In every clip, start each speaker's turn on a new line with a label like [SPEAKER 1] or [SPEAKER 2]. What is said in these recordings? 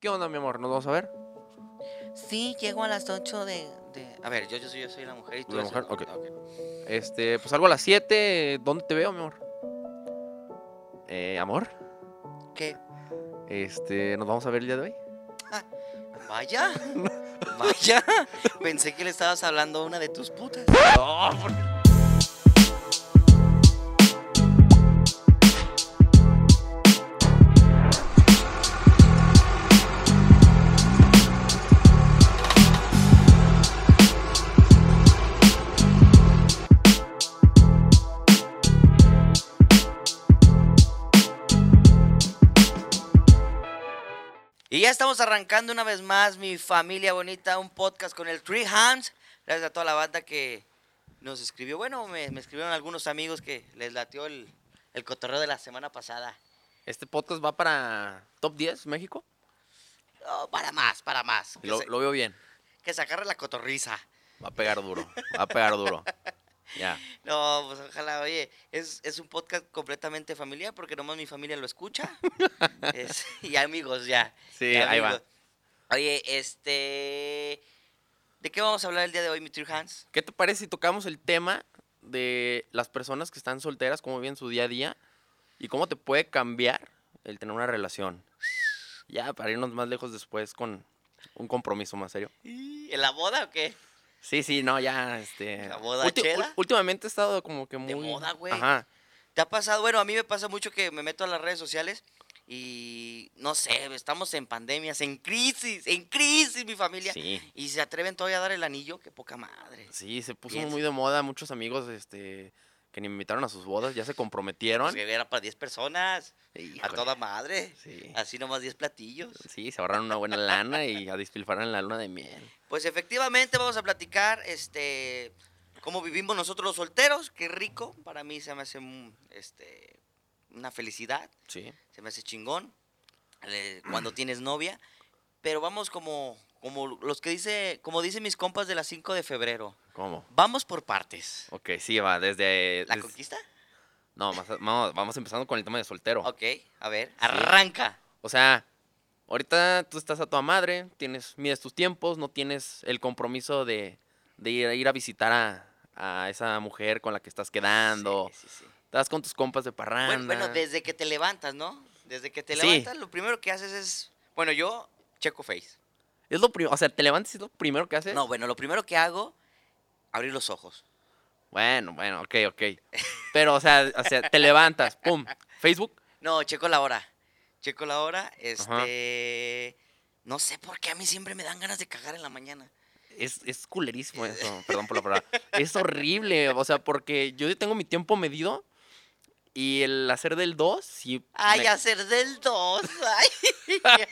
[SPEAKER 1] ¿Qué onda, mi amor? ¿Nos vamos a ver?
[SPEAKER 2] Sí, llego a las 8 de. de- A ver, yo, yo, soy, yo soy la mujer y tú
[SPEAKER 1] La
[SPEAKER 2] eres
[SPEAKER 1] mujer,
[SPEAKER 2] el hombre.
[SPEAKER 1] Este, pues algo a las 7. ¿Dónde te veo, mi amor? Eh, amor,
[SPEAKER 2] ok. ¿Qué?
[SPEAKER 1] este, ¿nos vamos a ver el día de hoy?
[SPEAKER 2] ¿Vaya? ¿Vaya? Pensé que le estabas hablando a una de tus putas.
[SPEAKER 1] No, por-
[SPEAKER 2] Y ya estamos arrancando una vez más, mi familia bonita, un podcast con el Three Hands. Gracias a toda la banda que nos escribió. Bueno, me, me escribieron algunos amigos que les latió el, el cotorreo de la semana pasada.
[SPEAKER 1] Este podcast va para Top 10 México.
[SPEAKER 2] No, para más, para más. Que,
[SPEAKER 1] Lo,
[SPEAKER 2] se,
[SPEAKER 1] lo veo bien.
[SPEAKER 2] que se agarre la cotorriza.
[SPEAKER 1] Va a pegar duro. Va a pegar duro. Ya.
[SPEAKER 2] No, pues ojalá, oye, es, es un podcast completamente familiar porque nomás mi familia lo escucha. Es- y amigos ya.
[SPEAKER 1] Sí,
[SPEAKER 2] y
[SPEAKER 1] ahí va.
[SPEAKER 2] amigos. Oye, este... ¿De qué vamos a hablar el día de hoy, mi Three Hands?
[SPEAKER 1] ¿Qué te parece si tocamos el tema de las personas que están solteras, cómo viven su día a día y cómo te puede cambiar el tener una relación? Ya, para irnos más lejos después con un compromiso más serio.
[SPEAKER 2] ¿En la boda o qué?
[SPEAKER 1] Sí, sí, no, ya, este...
[SPEAKER 2] ¿La boda
[SPEAKER 1] ulti-
[SPEAKER 2] chela?
[SPEAKER 1] ul- Últimamente he estado como que muy...
[SPEAKER 2] De moda, güey.
[SPEAKER 1] Ajá.
[SPEAKER 2] ¿Te ha pasado? Bueno, a mí me pasa mucho que me meto a las redes sociales y no sé, estamos en pandemias, en crisis, en crisis mi familia.
[SPEAKER 1] Sí.
[SPEAKER 2] Y se atreven todavía a dar el anillo, qué poca madre.
[SPEAKER 1] Sí, se puso
[SPEAKER 2] Bien.
[SPEAKER 1] muy de moda. Muchos amigos, este... Que ni me invitaron a sus bodas, ya se comprometieron.
[SPEAKER 2] Pues que era para 10 personas, a
[SPEAKER 1] Híjole,
[SPEAKER 2] toda madre.
[SPEAKER 1] Sí.
[SPEAKER 2] Así nomás 10 platillos.
[SPEAKER 1] Sí, se ahorraron una buena lana y a despilfarrar en la luna de miel.
[SPEAKER 2] Pues efectivamente vamos a platicar este cómo vivimos nosotros los solteros, qué rico, para mí se me hace mm, este una felicidad,
[SPEAKER 1] Sí.
[SPEAKER 2] se me hace chingón eh, cuando tienes novia, pero vamos como como los que dice, como dicen mis compas de las 5 de febrero,
[SPEAKER 1] ¿Cómo?
[SPEAKER 2] vamos por partes.
[SPEAKER 1] Ok, sí, va, desde...
[SPEAKER 2] ¿La
[SPEAKER 1] des-
[SPEAKER 2] conquista?
[SPEAKER 1] No, más a- vamos, vamos empezando con el tema de soltero.
[SPEAKER 2] Ok, a ver, arranca.
[SPEAKER 1] O sea, ahorita tú estás a tu madre, tienes, mides tus tiempos, no tienes el compromiso de, de ir, ir a visitar a, a esa mujer con la que estás quedando.
[SPEAKER 2] Sí, sí, sí.
[SPEAKER 1] Estás con tus compas de parranda.
[SPEAKER 2] Bueno, bueno, desde que te levantas, ¿no? Desde que te
[SPEAKER 1] Sí.
[SPEAKER 2] levantas, lo primero que haces es, bueno, yo checo Face.
[SPEAKER 1] Es lo primero, o sea, te levantas y es lo primero que haces.
[SPEAKER 2] No, bueno, lo primero que hago, abrir los ojos.
[SPEAKER 1] Bueno, bueno, ok, ok. Pero, o sea, o sea, te levantas, pum, Facebook.
[SPEAKER 2] No, checo la hora. Checo la hora, este... No sé por qué a mí siempre me dan ganas de cagar en la mañana.
[SPEAKER 1] Es, es culerísimo eso, perdón por la palabra. Es horrible, o sea, porque yo tengo mi tiempo medido y el hacer del 2, sí.
[SPEAKER 2] Ay,
[SPEAKER 1] me-
[SPEAKER 2] hacer del 2. Ay.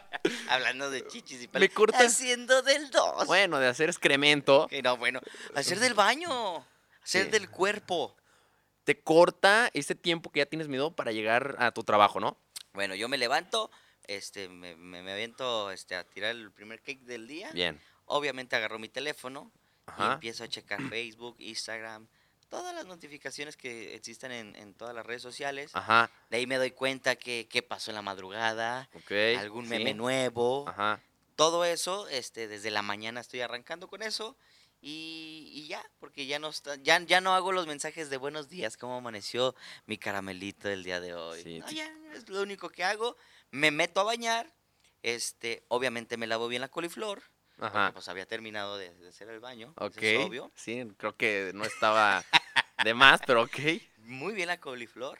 [SPEAKER 2] Hablando de chichis y pelos.
[SPEAKER 1] Me corta.
[SPEAKER 2] Haciendo del 2.
[SPEAKER 1] Bueno, de hacer excremento,
[SPEAKER 2] no, bueno. Hacer del baño. Hacer
[SPEAKER 1] Sí.
[SPEAKER 2] del cuerpo.
[SPEAKER 1] te corta ese tiempo que ya tienes miedo para llegar a tu trabajo, ¿no?
[SPEAKER 2] Bueno, yo me levanto, este, me, me, me aviento este, a tirar el primer cake del día.
[SPEAKER 1] Bien.
[SPEAKER 2] Obviamente agarro mi teléfono. y
[SPEAKER 1] Ajá.
[SPEAKER 2] empiezo a checar Facebook, Instagram, todas las notificaciones que existen en, en todas las redes sociales.
[SPEAKER 1] Ajá.
[SPEAKER 2] De ahí me doy cuenta que qué pasó en la madrugada,
[SPEAKER 1] Ok.
[SPEAKER 2] algún
[SPEAKER 1] sí,
[SPEAKER 2] meme nuevo,
[SPEAKER 1] Ajá.
[SPEAKER 2] todo eso, este, desde la mañana estoy arrancando con eso y, y ya, porque ya no está- ya, ya no hago los mensajes de buenos días, cómo amaneció mi caramelito el día de hoy.
[SPEAKER 1] Sí,
[SPEAKER 2] No,
[SPEAKER 1] sí.
[SPEAKER 2] ya es lo único que hago. Me meto a bañar, este, obviamente me lavo bien la coliflor, porque,
[SPEAKER 1] Ajá.
[SPEAKER 2] pues había terminado de, de hacer el baño, eso
[SPEAKER 1] Ok.
[SPEAKER 2] es obvio.
[SPEAKER 1] Sí, creo que no estaba de más, pero ok.
[SPEAKER 2] Muy bien la coliflor.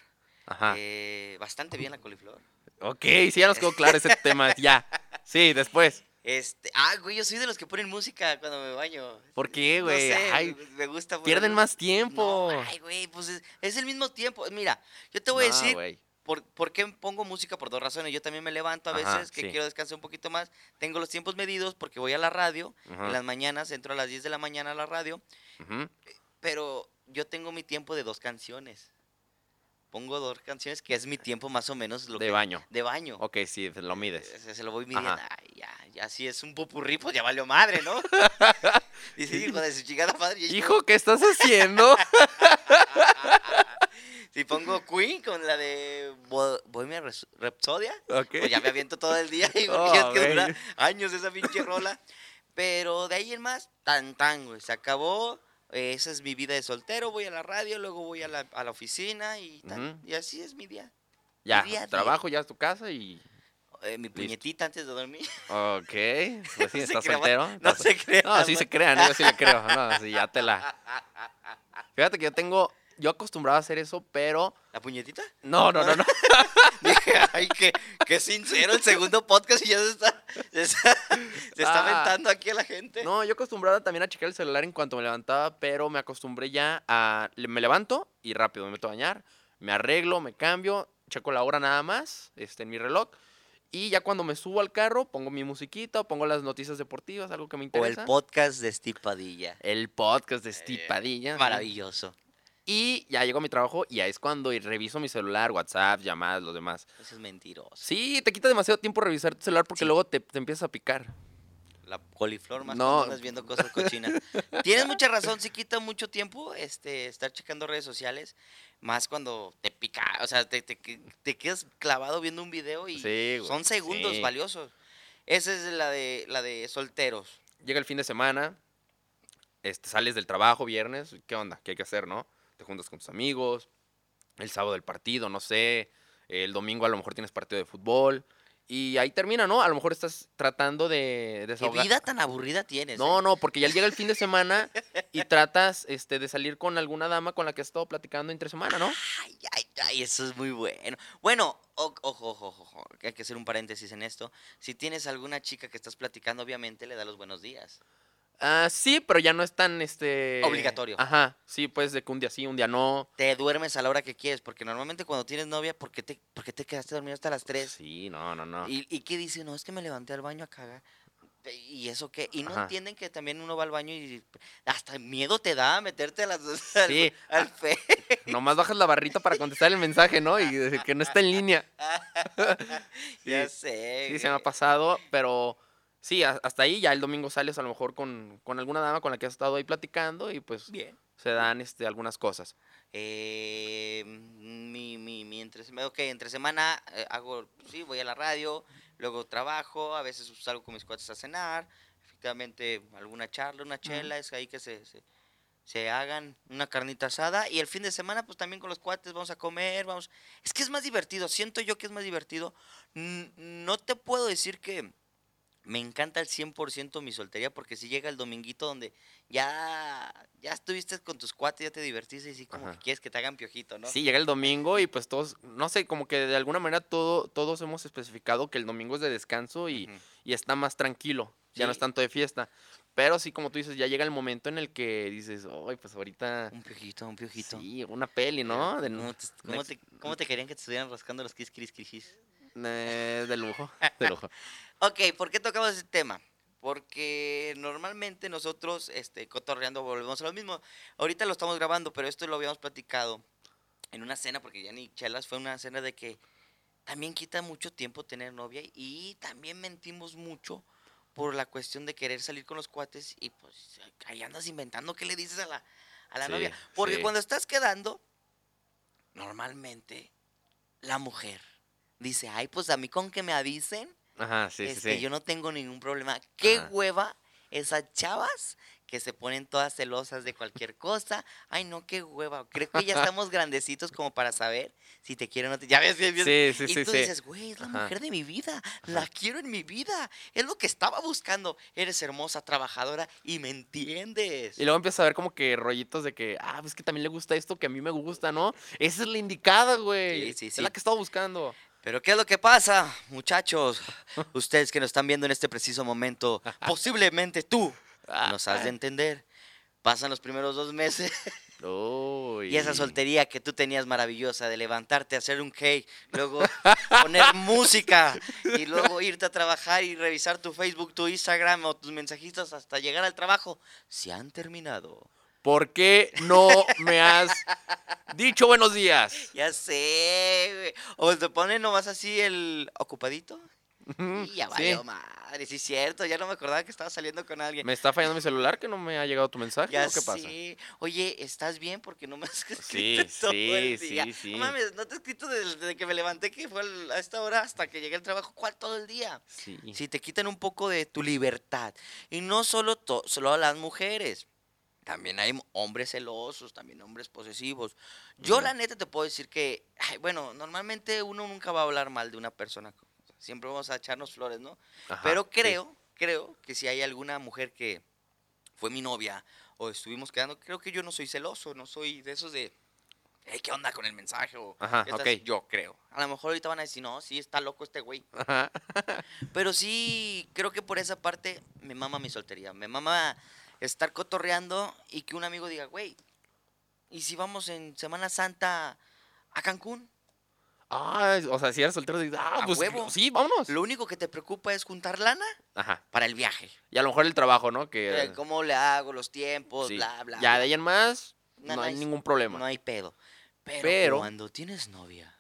[SPEAKER 1] Ajá.
[SPEAKER 2] eh, bastante bien la coliflor.
[SPEAKER 1] Ok, sí, ya nos quedó claro ese tema. Ya. Sí, después.
[SPEAKER 2] Este, ah, güey, yo soy de los que ponen música cuando me baño.
[SPEAKER 1] ¿Por qué,
[SPEAKER 2] No
[SPEAKER 1] güey?
[SPEAKER 2] sé,
[SPEAKER 1] Ay,
[SPEAKER 2] me- me gusta
[SPEAKER 1] pierden
[SPEAKER 2] ponerlo.
[SPEAKER 1] más
[SPEAKER 2] No,
[SPEAKER 1] tiempo.
[SPEAKER 2] ay, güey, pues es, es el mismo tiempo. Mira, yo te voy a
[SPEAKER 1] No,
[SPEAKER 2] decir
[SPEAKER 1] güey.
[SPEAKER 2] por, por qué pongo música por dos razones. Yo también me levanto a veces
[SPEAKER 1] Ajá,
[SPEAKER 2] que
[SPEAKER 1] sí.
[SPEAKER 2] quiero descansar un poquito más. Tengo los tiempos medidos porque voy a la radio.
[SPEAKER 1] Ajá,
[SPEAKER 2] En las mañanas entro a las 10 de la mañana a la radio.
[SPEAKER 1] ujú.
[SPEAKER 2] Pero yo tengo mi tiempo de dos canciones. Pongo dos canciones que es mi tiempo más o menos lo
[SPEAKER 1] De
[SPEAKER 2] que-
[SPEAKER 1] baño.
[SPEAKER 2] de baño.
[SPEAKER 1] Ok, sí, pues, lo mides.
[SPEAKER 2] Se, se lo voy midiendo.
[SPEAKER 1] Ajá.
[SPEAKER 2] Ay, ya, ya, si es un popurrí, pues ya valió madre, ¿no? Dice, hijo de su chingada madre.
[SPEAKER 1] Hijo, ¿qué estás haciendo?
[SPEAKER 2] Si pongo Queen con la de Bo- Bohemian Res- Rhapsodia,
[SPEAKER 1] Ok.
[SPEAKER 2] pues ya me aviento todo el día y
[SPEAKER 1] Oh,
[SPEAKER 2] porque es que
[SPEAKER 1] güey.
[SPEAKER 2] dura años esa pinche rola. Pero de ahí en más, tan tan, güey. Se acabó. eh, esa es mi vida de soltero. Voy a la radio, luego voy a la, a la oficina y tan.
[SPEAKER 1] Ujú.
[SPEAKER 2] Y así es mi día.
[SPEAKER 1] Ya,
[SPEAKER 2] Día a día.
[SPEAKER 1] trabajo, ya es tu casa y...
[SPEAKER 2] Eh, mi puñetita antes de dormir.
[SPEAKER 1] Ok, pues sí,
[SPEAKER 2] No se
[SPEAKER 1] estás
[SPEAKER 2] crea,
[SPEAKER 1] soltero.
[SPEAKER 2] No
[SPEAKER 1] Estás-
[SPEAKER 2] se crea.
[SPEAKER 1] pues, No, sí
[SPEAKER 2] güey.
[SPEAKER 1] se crean, ¿eh? yo sí le creo. No, sí, ya te la... Fíjate que yo tengo... Yo acostumbraba a hacer eso, pero...
[SPEAKER 2] ¿La puñetita?
[SPEAKER 1] No, no, no, no.
[SPEAKER 2] Dije, Ay, qué, qué sincero el segundo podcast y ya se está, se está, se está
[SPEAKER 1] Ah.
[SPEAKER 2] aventando aquí a la gente.
[SPEAKER 1] No, yo acostumbraba también a checar el celular en cuanto me levantaba, pero me acostumbré ya a... le- Me levanto y rápido me meto a bañar, me arreglo, me cambio, checo la hora nada más este, en mi reloj. Y ya cuando me subo al carro, pongo mi musiquita, o pongo las noticias deportivas, algo que me
[SPEAKER 2] o el
[SPEAKER 1] interesa.
[SPEAKER 2] podcast de Steve Padilla.
[SPEAKER 1] El podcast de Steve
[SPEAKER 2] Eh,
[SPEAKER 1] Padilla, ¿no?
[SPEAKER 2] Maravilloso.
[SPEAKER 1] Y ya llego a mi trabajo y ahí es cuando y reviso mi celular, WhatsApp, llamadas, los demás.
[SPEAKER 2] Eso es mentiroso.
[SPEAKER 1] Sí, te quita demasiado tiempo revisar tu celular porque
[SPEAKER 2] Sí.
[SPEAKER 1] luego te, te empiezas a picar.
[SPEAKER 2] La coliflor más
[SPEAKER 1] No.
[SPEAKER 2] cuando andas viendo cosas cochinas. Tienes mucha razón, sí quita mucho tiempo este, estar checando redes sociales, más cuando te pica, o sea, te, te, te quedas clavado viendo un video y
[SPEAKER 1] Sí, güey,
[SPEAKER 2] son segundos
[SPEAKER 1] sí.
[SPEAKER 2] valiosos. Esa es la de, la de solteros.
[SPEAKER 1] Llega el fin de semana, este, sales del trabajo viernes, ¿qué onda? ¿Qué hay que hacer, no? Te juntas con tus amigos, el sábado el partido, no sé, el domingo a lo mejor tienes partido de fútbol y ahí termina, ¿no? A lo mejor estás tratando de
[SPEAKER 2] ¿Qué
[SPEAKER 1] desahogar.
[SPEAKER 2] vida tan aburrida tienes? eh?
[SPEAKER 1] No, no, porque ya llega el fin de semana y tratas este, de salir con alguna dama con la que has estado platicando entre semana, ¿no?
[SPEAKER 2] Ay, ay, ay, eso es muy bueno. Bueno, o- ojo, ojo, ojo, ojo, que hay que hacer un paréntesis en esto. Si tienes alguna chica que estás platicando, obviamente le da los buenos días.
[SPEAKER 1] Ah, sí, pero ya no es tan este.
[SPEAKER 2] Obligatorio.
[SPEAKER 1] Ajá. Sí, pues de que un día sí, un día no.
[SPEAKER 2] Te duermes a la hora que quieres, porque normalmente cuando tienes novia, ¿por qué te, por qué te quedaste dormido hasta las 3?
[SPEAKER 1] Sí, no, no, no.
[SPEAKER 2] ¿Y, ¿Y qué dice? No, es que me levanté al baño a cagar. Pe- ¿Y eso qué? Y no
[SPEAKER 1] Ajá.
[SPEAKER 2] entienden que también uno va al baño y hasta miedo te da meterte a las, al,
[SPEAKER 1] Sí. ah,
[SPEAKER 2] al fe.
[SPEAKER 1] Nomás bajas la barrita para contestar el mensaje, ¿no? Y de que no está en línea.
[SPEAKER 2] Ya
[SPEAKER 1] Sí,
[SPEAKER 2] sé.
[SPEAKER 1] Sí, se me ha
[SPEAKER 2] güey.
[SPEAKER 1] pasado, pero sí, a- hasta ahí ya el domingo sales a lo mejor con, con alguna dama con la que has estado ahí platicando y pues
[SPEAKER 2] Bien.
[SPEAKER 1] se dan este, algunas cosas.
[SPEAKER 2] Eh, mi, mi, mi entre, sema- ok, entre semana eh, hago, sí, voy a la radio, luego trabajo, a veces salgo con mis cuates a cenar, efectivamente alguna charla, una chela, es ahí que se, se, se hagan una carnita asada y el fin de semana pues también con los cuates vamos a comer, vamos, es que es más divertido, siento yo que es más divertido, N- no te puedo decir que me encanta al 100% mi soltería porque si llega el dominguito donde ya, ya estuviste con tus cuates, ya te divertiste y sí como
[SPEAKER 1] Ajá.
[SPEAKER 2] que quieres que te hagan piojito, ¿no?
[SPEAKER 1] Sí, llega el domingo y pues todos, no sé, como que de alguna manera todo, todos hemos especificado que el domingo es de descanso y,
[SPEAKER 2] Ujú.
[SPEAKER 1] y está más tranquilo, ya no es
[SPEAKER 2] Sí.
[SPEAKER 1] tanto de fiesta. Pero sí, como tú dices, ya llega el momento en el que dices, ay, pues ahorita...
[SPEAKER 2] Un piojito, un piojito.
[SPEAKER 1] Sí, una peli, ¿no? De,
[SPEAKER 2] ¿Cómo
[SPEAKER 1] nu-
[SPEAKER 2] te, cómo
[SPEAKER 1] next-
[SPEAKER 2] te- cómo te querían que te estuvieran rascando los quis, quis, quis, quis?
[SPEAKER 1] eh, de lujo, de lujo.
[SPEAKER 2] Ok, ¿por qué tocamos ese tema? Porque normalmente nosotros, este, cotorreando, volvemos a lo mismo. Ahorita lo estamos grabando, pero esto lo habíamos platicado en una cena, porque ya ni chelas, fue una cena de que también quita mucho tiempo tener novia y también mentimos mucho por la cuestión de querer salir con los cuates y pues ahí andas inventando qué le dices a la, a la
[SPEAKER 1] Sí,
[SPEAKER 2] novia. Porque
[SPEAKER 1] sí.
[SPEAKER 2] cuando estás quedando, normalmente la mujer dice, ay, pues a mí con que me avisen
[SPEAKER 1] Ajá, sí, sí,
[SPEAKER 2] este,
[SPEAKER 1] sí.
[SPEAKER 2] Yo no tengo ningún problema. Qué
[SPEAKER 1] Ajá.
[SPEAKER 2] hueva esas chavas que se ponen todas celosas de cualquier cosa. Ay, no, qué hueva. Creo que ya estamos grandecitos como para saber si te quiero o no te. Ya ves, bien, bien.
[SPEAKER 1] Sí, sí,
[SPEAKER 2] y
[SPEAKER 1] sí,
[SPEAKER 2] tú
[SPEAKER 1] sí.
[SPEAKER 2] dices, güey, es la
[SPEAKER 1] Ajá.
[SPEAKER 2] mujer de mi vida. La quiero en mi vida. Es lo que estaba buscando. Eres hermosa, trabajadora y me entiendes.
[SPEAKER 1] Y luego empiezas a ver como que rollitos de que, ah, pues que también le gusta esto que a mí me gusta, ¿no? Esa es la indicada, güey.
[SPEAKER 2] Sí, sí, sí.
[SPEAKER 1] Es la que estaba buscando.
[SPEAKER 2] Pero ¿qué es lo que pasa, muchachos? Ustedes que nos están viendo en este preciso momento, posiblemente tú
[SPEAKER 1] Ah,
[SPEAKER 2] nos has de entender. Pasan los primeros dos meses
[SPEAKER 1] Uy.
[SPEAKER 2] Y esa soltería que tú tenías maravillosa de levantarte, hacer un cake, luego poner música y luego irte a trabajar y revisar tu Facebook, tu Instagram o tus mensajitos hasta llegar al trabajo, se han terminado.
[SPEAKER 1] ¿Por qué no me has dicho buenos días?
[SPEAKER 2] Ya sé, güey. O te ponen nomás así el ocupadito
[SPEAKER 1] Ujú,
[SPEAKER 2] y ya
[SPEAKER 1] sí.
[SPEAKER 2] valió más. madre, sí es cierto, ya no me acordaba que estaba saliendo con alguien.
[SPEAKER 1] ¿Me está fallando mi celular que no me ha llegado tu mensaje?
[SPEAKER 2] Ya
[SPEAKER 1] ¿O qué pasa?
[SPEAKER 2] sé. Oye, ¿estás bien? Porque no me has escrito
[SPEAKER 1] Sí,
[SPEAKER 2] todo
[SPEAKER 1] sí,
[SPEAKER 2] el
[SPEAKER 1] sí,
[SPEAKER 2] día.
[SPEAKER 1] sí.
[SPEAKER 2] No mames, no te he escrito desde, desde que me levanté, que fue al- a esta hora hasta que llegué al trabajo. ¿Cuál todo el día?
[SPEAKER 1] Sí.
[SPEAKER 2] Si te quitan un poco de tu libertad. Y no solo, to- solo a las mujeres. También hay hombres celosos, también hombres posesivos. Yo
[SPEAKER 1] Ujú.
[SPEAKER 2] la neta te puedo decir que, ay, bueno, normalmente uno nunca va a hablar mal de una persona. Siempre vamos a echarnos flores, ¿no?
[SPEAKER 1] Ajá,
[SPEAKER 2] Pero
[SPEAKER 1] sí.
[SPEAKER 2] creo, creo que si hay alguna mujer que fue mi novia o estuvimos quedando, creo que yo no soy celoso, no soy de esos de, "Ey, ¿qué onda con el mensaje? O,
[SPEAKER 1] Ajá,
[SPEAKER 2] "Estás-".
[SPEAKER 1] ok.
[SPEAKER 2] Yo creo. A lo mejor ahorita van a decir, no, sí, está loco este güey.
[SPEAKER 1] Ajá.
[SPEAKER 2] Pero sí, creo que por esa parte me mama mi soltería. Me mama estar cotorreando y que un amigo diga, güey, ¿y si vamos en Semana Santa a Cancún?
[SPEAKER 1] Ah, o sea, si eres soltero, dices, ah,
[SPEAKER 2] A
[SPEAKER 1] pues
[SPEAKER 2] huevo.
[SPEAKER 1] sí, vámonos.
[SPEAKER 2] Lo único que te preocupa es juntar lana
[SPEAKER 1] Ajá.
[SPEAKER 2] para el viaje.
[SPEAKER 1] Y a lo mejor el trabajo, ¿no? Que,
[SPEAKER 2] Eh, ¿Cómo le hago? Los tiempos,
[SPEAKER 1] sí.
[SPEAKER 2] bla, bla.
[SPEAKER 1] Ya
[SPEAKER 2] bla.
[SPEAKER 1] de ahí en más,
[SPEAKER 2] No,
[SPEAKER 1] no,
[SPEAKER 2] no
[SPEAKER 1] hay
[SPEAKER 2] hay-
[SPEAKER 1] ningún problema.
[SPEAKER 2] No hay pedo. Pero,
[SPEAKER 1] Pero-
[SPEAKER 2] cuando tienes novia.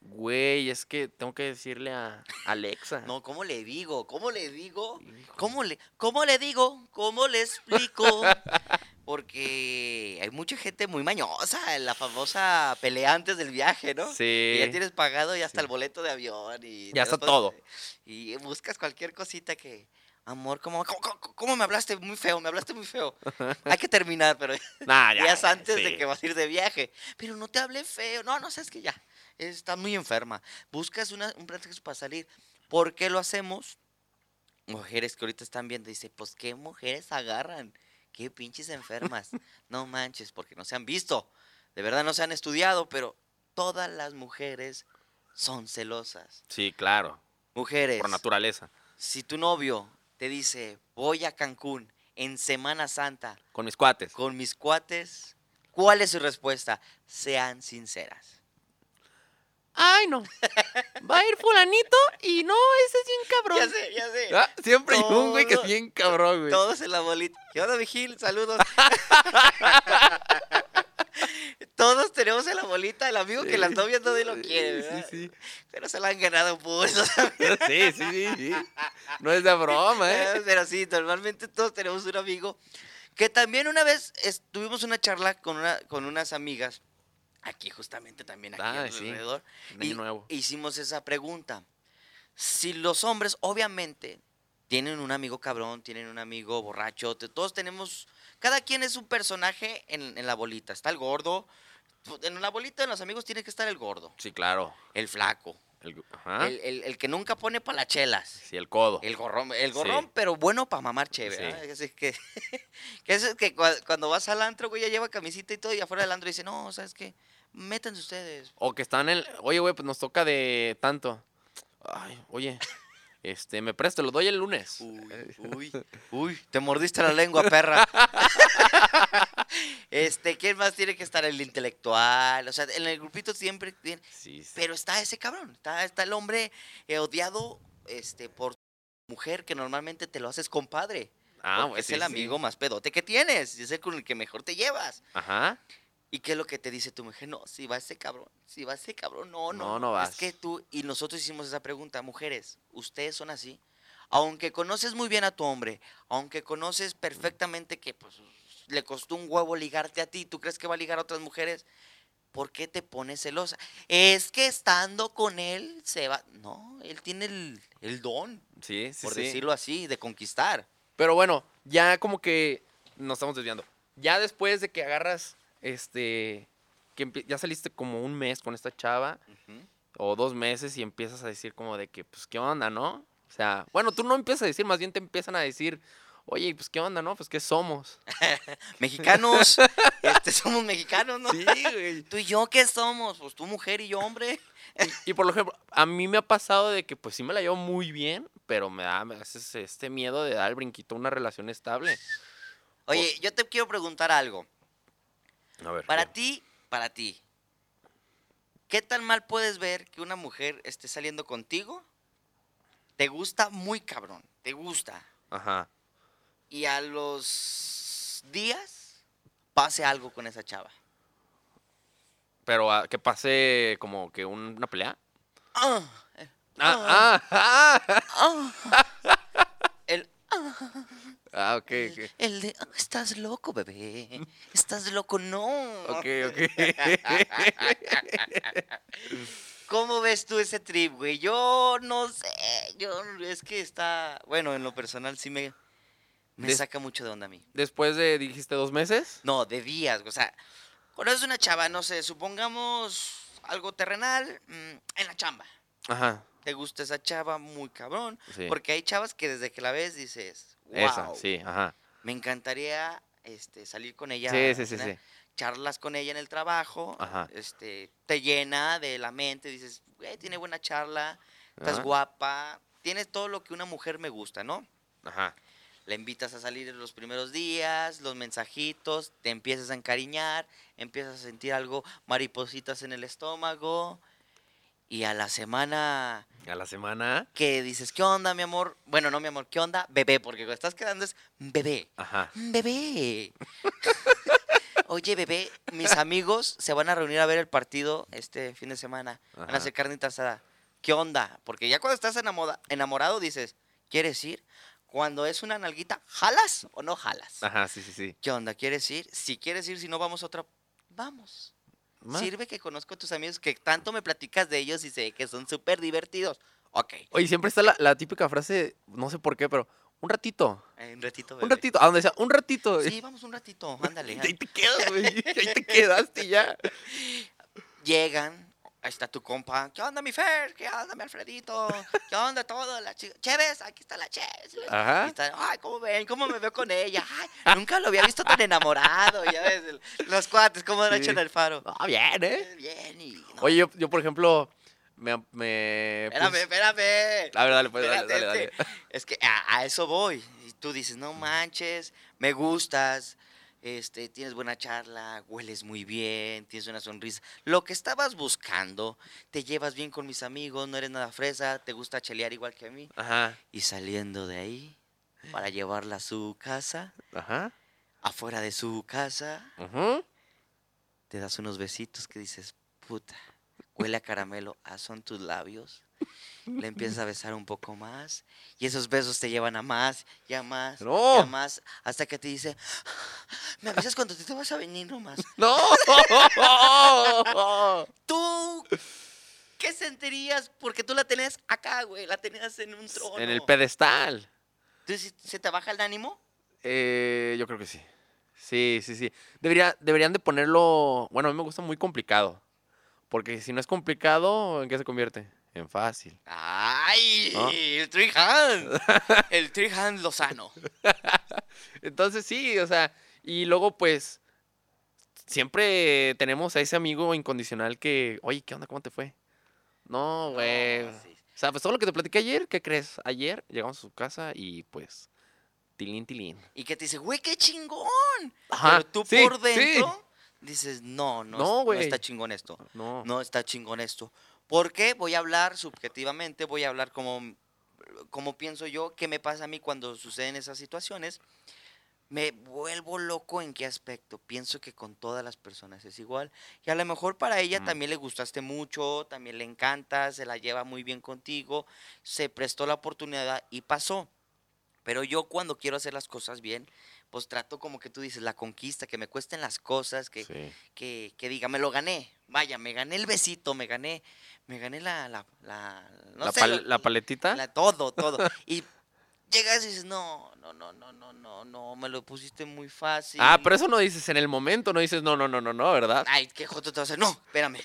[SPEAKER 1] Güey, es que tengo que decirle a Alexa.
[SPEAKER 2] No, ¿cómo le digo? ¿Cómo le digo?
[SPEAKER 1] Híjole.
[SPEAKER 2] ¿Cómo le, ¿Cómo le digo? ¿Cómo le explico? Porque hay mucha gente muy mañosa, la famosa pelea antes del viaje, ¿no?
[SPEAKER 1] Sí.
[SPEAKER 2] Que ya tienes pagado ya hasta
[SPEAKER 1] Sí.
[SPEAKER 2] el boleto de avión y...
[SPEAKER 1] Ya
[SPEAKER 2] te
[SPEAKER 1] está
[SPEAKER 2] vas-
[SPEAKER 1] todo.
[SPEAKER 2] Y buscas cualquier cosita que... Amor, ¿cómo, cómo, cómo- cómo me hablaste? Muy feo, me hablaste muy feo. Hay que terminar, pero
[SPEAKER 1] Nah, ya,
[SPEAKER 2] días antes
[SPEAKER 1] sí.
[SPEAKER 2] de que vas a ir de viaje. Pero no te hablé feo. No, no, sabes que ya. Está muy enferma. Buscas una- un pretexto para salir. ¿Por qué lo hacemos? Mujeres que ahorita están viendo, dice, pues qué mujeres agarran. Qué pinches enfermas. no manches, porque no se han visto. De verdad no se han estudiado, pero todas las mujeres son celosas.
[SPEAKER 1] Sí, claro.
[SPEAKER 2] Mujeres
[SPEAKER 1] Por naturaleza.
[SPEAKER 2] si tu novio te dice, voy a Cancún en Semana Santa
[SPEAKER 1] Con mis cuates.
[SPEAKER 2] con mis cuates, ¿cuál es su respuesta? Sean sinceras.
[SPEAKER 1] Ay, no. Va a ir fulanito y no, ese es bien cabrón.
[SPEAKER 2] Ya sé, ya sé.
[SPEAKER 1] Ah, Siempre hay un güey que es
[SPEAKER 2] Todo-
[SPEAKER 1] bien cabrón, güey.
[SPEAKER 2] Todos en la bolita. ¿Qué onda, Vigil? Saludos. Todos tenemos en la bolita el amigo que las novias nadie lo quiere, ¿verdad?
[SPEAKER 1] Sí, sí.
[SPEAKER 2] Pero se la han ganado pues, por
[SPEAKER 1] Sí, sí, sí, sí. No es de broma, ¿eh?
[SPEAKER 2] Pero sí, normalmente todos tenemos un amigo. Que también una vez es- tuvimos una charla con, una, con unas amigas, aquí justamente también, aquí
[SPEAKER 1] Ah, sí.
[SPEAKER 2] alrededor.
[SPEAKER 1] Año nuevo.
[SPEAKER 2] Hicimos esa pregunta. Si los hombres, obviamente, tienen un amigo cabrón, tienen un amigo borracho, te- todos tenemos, cada quien es un personaje en, en la bolita. Está el gordo, pues, en la bolita de los amigos tiene que estar el gordo,
[SPEAKER 1] Sí, claro.
[SPEAKER 2] el flaco,
[SPEAKER 1] El- ajá.
[SPEAKER 2] el, el- el que nunca pone palachelas.
[SPEAKER 1] sí, el codo.
[SPEAKER 2] El gorrón, el
[SPEAKER 1] Sí.
[SPEAKER 2] gorrón, pero bueno para mamar chévere.
[SPEAKER 1] Sí.
[SPEAKER 2] ¿verdad? Así que, que eso es que cua- cuando vas al antro, güey, ya lleva camisita y todo, y afuera del antro dice, no, ¿sabes qué? Métanse ustedes.
[SPEAKER 1] O que están en el. Oye, güey, pues nos toca de tanto. Ay, oye. Este, me presto, lo doy el lunes.
[SPEAKER 2] Uy, uy, uy, te mordiste la lengua, perra. este, ¿quién más tiene que estar? El intelectual, o sea, en el grupito siempre tiene,
[SPEAKER 1] Sí, sí.
[SPEAKER 2] pero está ese cabrón, está, está el hombre eh, odiado este, por tu mujer que normalmente te lo haces compadre.
[SPEAKER 1] Ah,
[SPEAKER 2] porque
[SPEAKER 1] güey,
[SPEAKER 2] es
[SPEAKER 1] sí,
[SPEAKER 2] el
[SPEAKER 1] sí.
[SPEAKER 2] amigo más pedote que tienes, y es el con el que mejor te llevas.
[SPEAKER 1] Ajá.
[SPEAKER 2] ¿Y qué es lo que te dice tu mujer? No, si va ese cabrón, si va ese cabrón, no, no.
[SPEAKER 1] No, no vas.
[SPEAKER 2] Es que tú, y nosotros hicimos esa pregunta, mujeres, ¿ustedes son así? Aunque conoces muy bien a tu hombre, aunque conoces perfectamente que pues, le costó un huevo ligarte a ti, ¿tú crees que va a ligar a otras mujeres? ¿Por qué te pones celosa? Es que estando con él se va... No, él tiene el, el don,
[SPEAKER 1] Sí, sí,
[SPEAKER 2] por
[SPEAKER 1] sí.
[SPEAKER 2] decirlo así, de conquistar.
[SPEAKER 1] Pero bueno, ya como que nos estamos desviando. Ya después de que agarras, este, que empie- ya saliste como un mes con esta chava o dos meses y empiezas a decir como de que, pues, ¿qué onda, no? O sea, bueno, tú no empiezas a decir, más bien te empiezan a decir, oye, pues, ¿qué onda, no? Pues, ¿qué somos?
[SPEAKER 2] Mexicanos, este, somos mexicanos, ¿no?
[SPEAKER 1] Sí, güey.
[SPEAKER 2] ¿Tú y yo qué somos? Pues tú mujer y yo hombre.
[SPEAKER 1] Y por lo ejemplo, a mí me ha pasado de que, pues, sí me la llevo muy bien, pero me da a veces este miedo de dar el brinquito a una relación estable.
[SPEAKER 2] Oye, yo te quiero preguntar algo.
[SPEAKER 1] A ver.
[SPEAKER 2] Para ti, para ti, ¿qué tan mal puedes ver que una mujer esté saliendo contigo? Te gusta muy cabrón, te gusta.
[SPEAKER 1] Ajá.
[SPEAKER 2] Y a los días pase algo con esa chava.
[SPEAKER 1] Pero ah, que pase como que un- una pelea.
[SPEAKER 2] Ah, eh,
[SPEAKER 1] Ah, ah, ah.
[SPEAKER 2] ah.
[SPEAKER 1] Ah, ok,
[SPEAKER 2] El-
[SPEAKER 1] ok.
[SPEAKER 2] El de, "Ah, estás loco, bebé. Estás loco, no.
[SPEAKER 1] Ok, ok.
[SPEAKER 2] ¿Cómo ves tú ese trip, güey? Yo no sé. Yo, es que está. Bueno, en lo personal sí me. Me
[SPEAKER 1] Des-
[SPEAKER 2] saca mucho de onda a mí.
[SPEAKER 1] Después de, dijiste, dos meses.
[SPEAKER 2] No, de días, o sea, cuando es una chava, no sé, supongamos algo terrenal mm, en la chamba.
[SPEAKER 1] Ajá.
[SPEAKER 2] Te gusta esa chava muy cabrón,
[SPEAKER 1] Sí.
[SPEAKER 2] porque hay chavas que desde que la ves dices, wow,
[SPEAKER 1] Esa, sí, ajá.
[SPEAKER 2] me encantaría este, salir con ella.
[SPEAKER 1] sí,
[SPEAKER 2] a
[SPEAKER 1] sí, sí,
[SPEAKER 2] cenar".
[SPEAKER 1] sí.
[SPEAKER 2] Charlas con ella en el trabajo,
[SPEAKER 1] Ajá.
[SPEAKER 2] este, te llena de la mente, dices, "Güey, tiene buena charla, estás
[SPEAKER 1] Ajá.
[SPEAKER 2] guapa, tienes todo lo que una mujer me gusta, ¿no?
[SPEAKER 1] Ajá.
[SPEAKER 2] La invitas a salir los primeros días, los mensajitos, te empiezas a encariñar, empiezas a sentir algo, maripositas en el estómago. Y a la semana
[SPEAKER 1] A la semana.
[SPEAKER 2] que dices, ¿qué onda, mi amor? Bueno, no, mi amor, ¿qué onda? Bebé, porque cuando estás quedando es bebé.
[SPEAKER 1] Ajá.
[SPEAKER 2] Bebé. Oye, bebé, mis amigos se van a reunir a ver el partido este fin de semana. Van
[SPEAKER 1] Ajá.
[SPEAKER 2] a hacer carnita asada. ¿Qué onda? Porque ya cuando estás enamoda- enamorado dices, ¿quieres ir? Cuando es una nalguita, ¿jalas o no jalas?
[SPEAKER 1] Ajá, sí, sí, sí.
[SPEAKER 2] ¿Qué onda? ¿Quieres ir? Si quieres ir, si no, vamos a otra. Vamos.
[SPEAKER 1] Ma-
[SPEAKER 2] Sirve que conozco a tus amigos que tanto me platicas de ellos y sé que son súper divertidos. Ok.
[SPEAKER 1] Oye, siempre está la, la típica frase, no sé por qué, pero un ratito.
[SPEAKER 2] eh, Un ratito,
[SPEAKER 1] Un
[SPEAKER 2] bebé.
[SPEAKER 1] ratito. A donde sea, un ratito.
[SPEAKER 2] Sí, vamos un ratito, ándale.
[SPEAKER 1] Y
[SPEAKER 2] ándale.
[SPEAKER 1] ahí te quedas, güey. y Ahí te quedaste ya.
[SPEAKER 2] Llegan, ahí está tu compa. ¿Qué onda, mi Fer? ¿Qué onda, mi Alfredito? ¿Qué onda todo? La chica. Chévez, aquí está la Chévez.
[SPEAKER 1] Ajá.
[SPEAKER 2] Y está, Ay, ¿cómo ven? ¿Cómo me veo con ella? Ay, nunca lo había visto tan enamorado. Ya ves, el- los cuates, ¿cómo han
[SPEAKER 1] Sí.
[SPEAKER 2] hecho en el faro?
[SPEAKER 1] Ah, bien, ¿eh?
[SPEAKER 2] Eh, Bien, y. no,
[SPEAKER 1] Oye, pues yo, yo, por ejemplo, me. me
[SPEAKER 2] Espérame,
[SPEAKER 1] puse-
[SPEAKER 2] espérame.
[SPEAKER 1] A ver, dale, pues, dale,
[SPEAKER 2] Espérate,
[SPEAKER 1] dale,
[SPEAKER 2] es
[SPEAKER 1] dale.
[SPEAKER 2] que- Es que a, a eso voy. Y tú dices, no manches, me gustas, este, tienes buena charla, hueles muy bien, tienes una sonrisa. Lo que estabas buscando, te llevas bien con mis amigos, no eres nada fresa, te gusta chelear igual que a mí.
[SPEAKER 1] Ajá.
[SPEAKER 2] Y saliendo de ahí, para llevarla a su casa,
[SPEAKER 1] Ajá.
[SPEAKER 2] afuera de su casa,
[SPEAKER 1] Ujú.
[SPEAKER 2] te das unos besitos que dices, puta, huele a caramelo, ah, son tus labios. Le empiezas a besar un poco más y esos besos te llevan a más y a más y
[SPEAKER 1] ¡No!
[SPEAKER 2] a más hasta que te dice, me avisas cuando te, te vas a venir nomás.
[SPEAKER 1] ¡No!
[SPEAKER 2] ¿Tú qué sentirías? Porque tú la tenías acá, güey, la tenías en un trono.
[SPEAKER 1] en el pedestal.
[SPEAKER 2] Entonces, ¿sí- ¿se te baja el ánimo?
[SPEAKER 1] Eh, yo creo que sí. Sí, sí, sí. Debería, deberían de ponerlo. Bueno, a mí me gusta muy complicado. Porque si no es complicado, ¿en qué se convierte? En fácil.
[SPEAKER 2] ¡Ay!
[SPEAKER 1] ¿No?
[SPEAKER 2] El Three Hand. El Three Hand Lozano.
[SPEAKER 1] Entonces sí, o sea, y luego pues siempre tenemos a ese amigo incondicional que, oye, ¿qué onda? ¿Cómo te fue? No, güey.
[SPEAKER 2] No, sí.
[SPEAKER 1] O sea, pues todo lo que te platiqué ayer, ¿qué crees? Ayer llegamos a su casa y pues, tilín, tilín.
[SPEAKER 2] Y que te dice, güey, qué chingón.
[SPEAKER 1] Ajá,
[SPEAKER 2] Pero tú
[SPEAKER 1] sí,
[SPEAKER 2] por
[SPEAKER 1] sí.
[SPEAKER 2] dentro dices, no,
[SPEAKER 1] No,
[SPEAKER 2] no, no,
[SPEAKER 1] güey.
[SPEAKER 2] está chingón esto.
[SPEAKER 1] No,
[SPEAKER 2] No está chingón esto. ¿Por qué? Voy a hablar subjetivamente, voy a hablar como, como pienso yo, qué me pasa a mí cuando suceden esas situaciones. Me vuelvo loco en qué aspecto. Pienso que con todas las personas es igual. Y a lo mejor para ella
[SPEAKER 1] Mm.
[SPEAKER 2] también le gustaste mucho, también le encanta, se la lleva muy bien contigo, se prestó la oportunidad y pasó. Pero yo cuando quiero hacer las cosas bien, pues trato como que tú dices, la conquista, que me cuesten las cosas, que,
[SPEAKER 1] sí.
[SPEAKER 2] que, que diga, me lo gané. Vaya, me gané el besito, me gané, me gané la, la, la, no
[SPEAKER 1] la,
[SPEAKER 2] sé,
[SPEAKER 1] pal-
[SPEAKER 2] lo-
[SPEAKER 1] la paletita.
[SPEAKER 2] la- todo, todo. y llegas y dices, no, no, no, no, no, no, no, me lo pusiste muy fácil.
[SPEAKER 1] Ah, pero eso no dices en el momento, no dices no, no, no, no, no, ¿verdad?
[SPEAKER 2] Ay, qué joto te vas a hacer. No, espérame,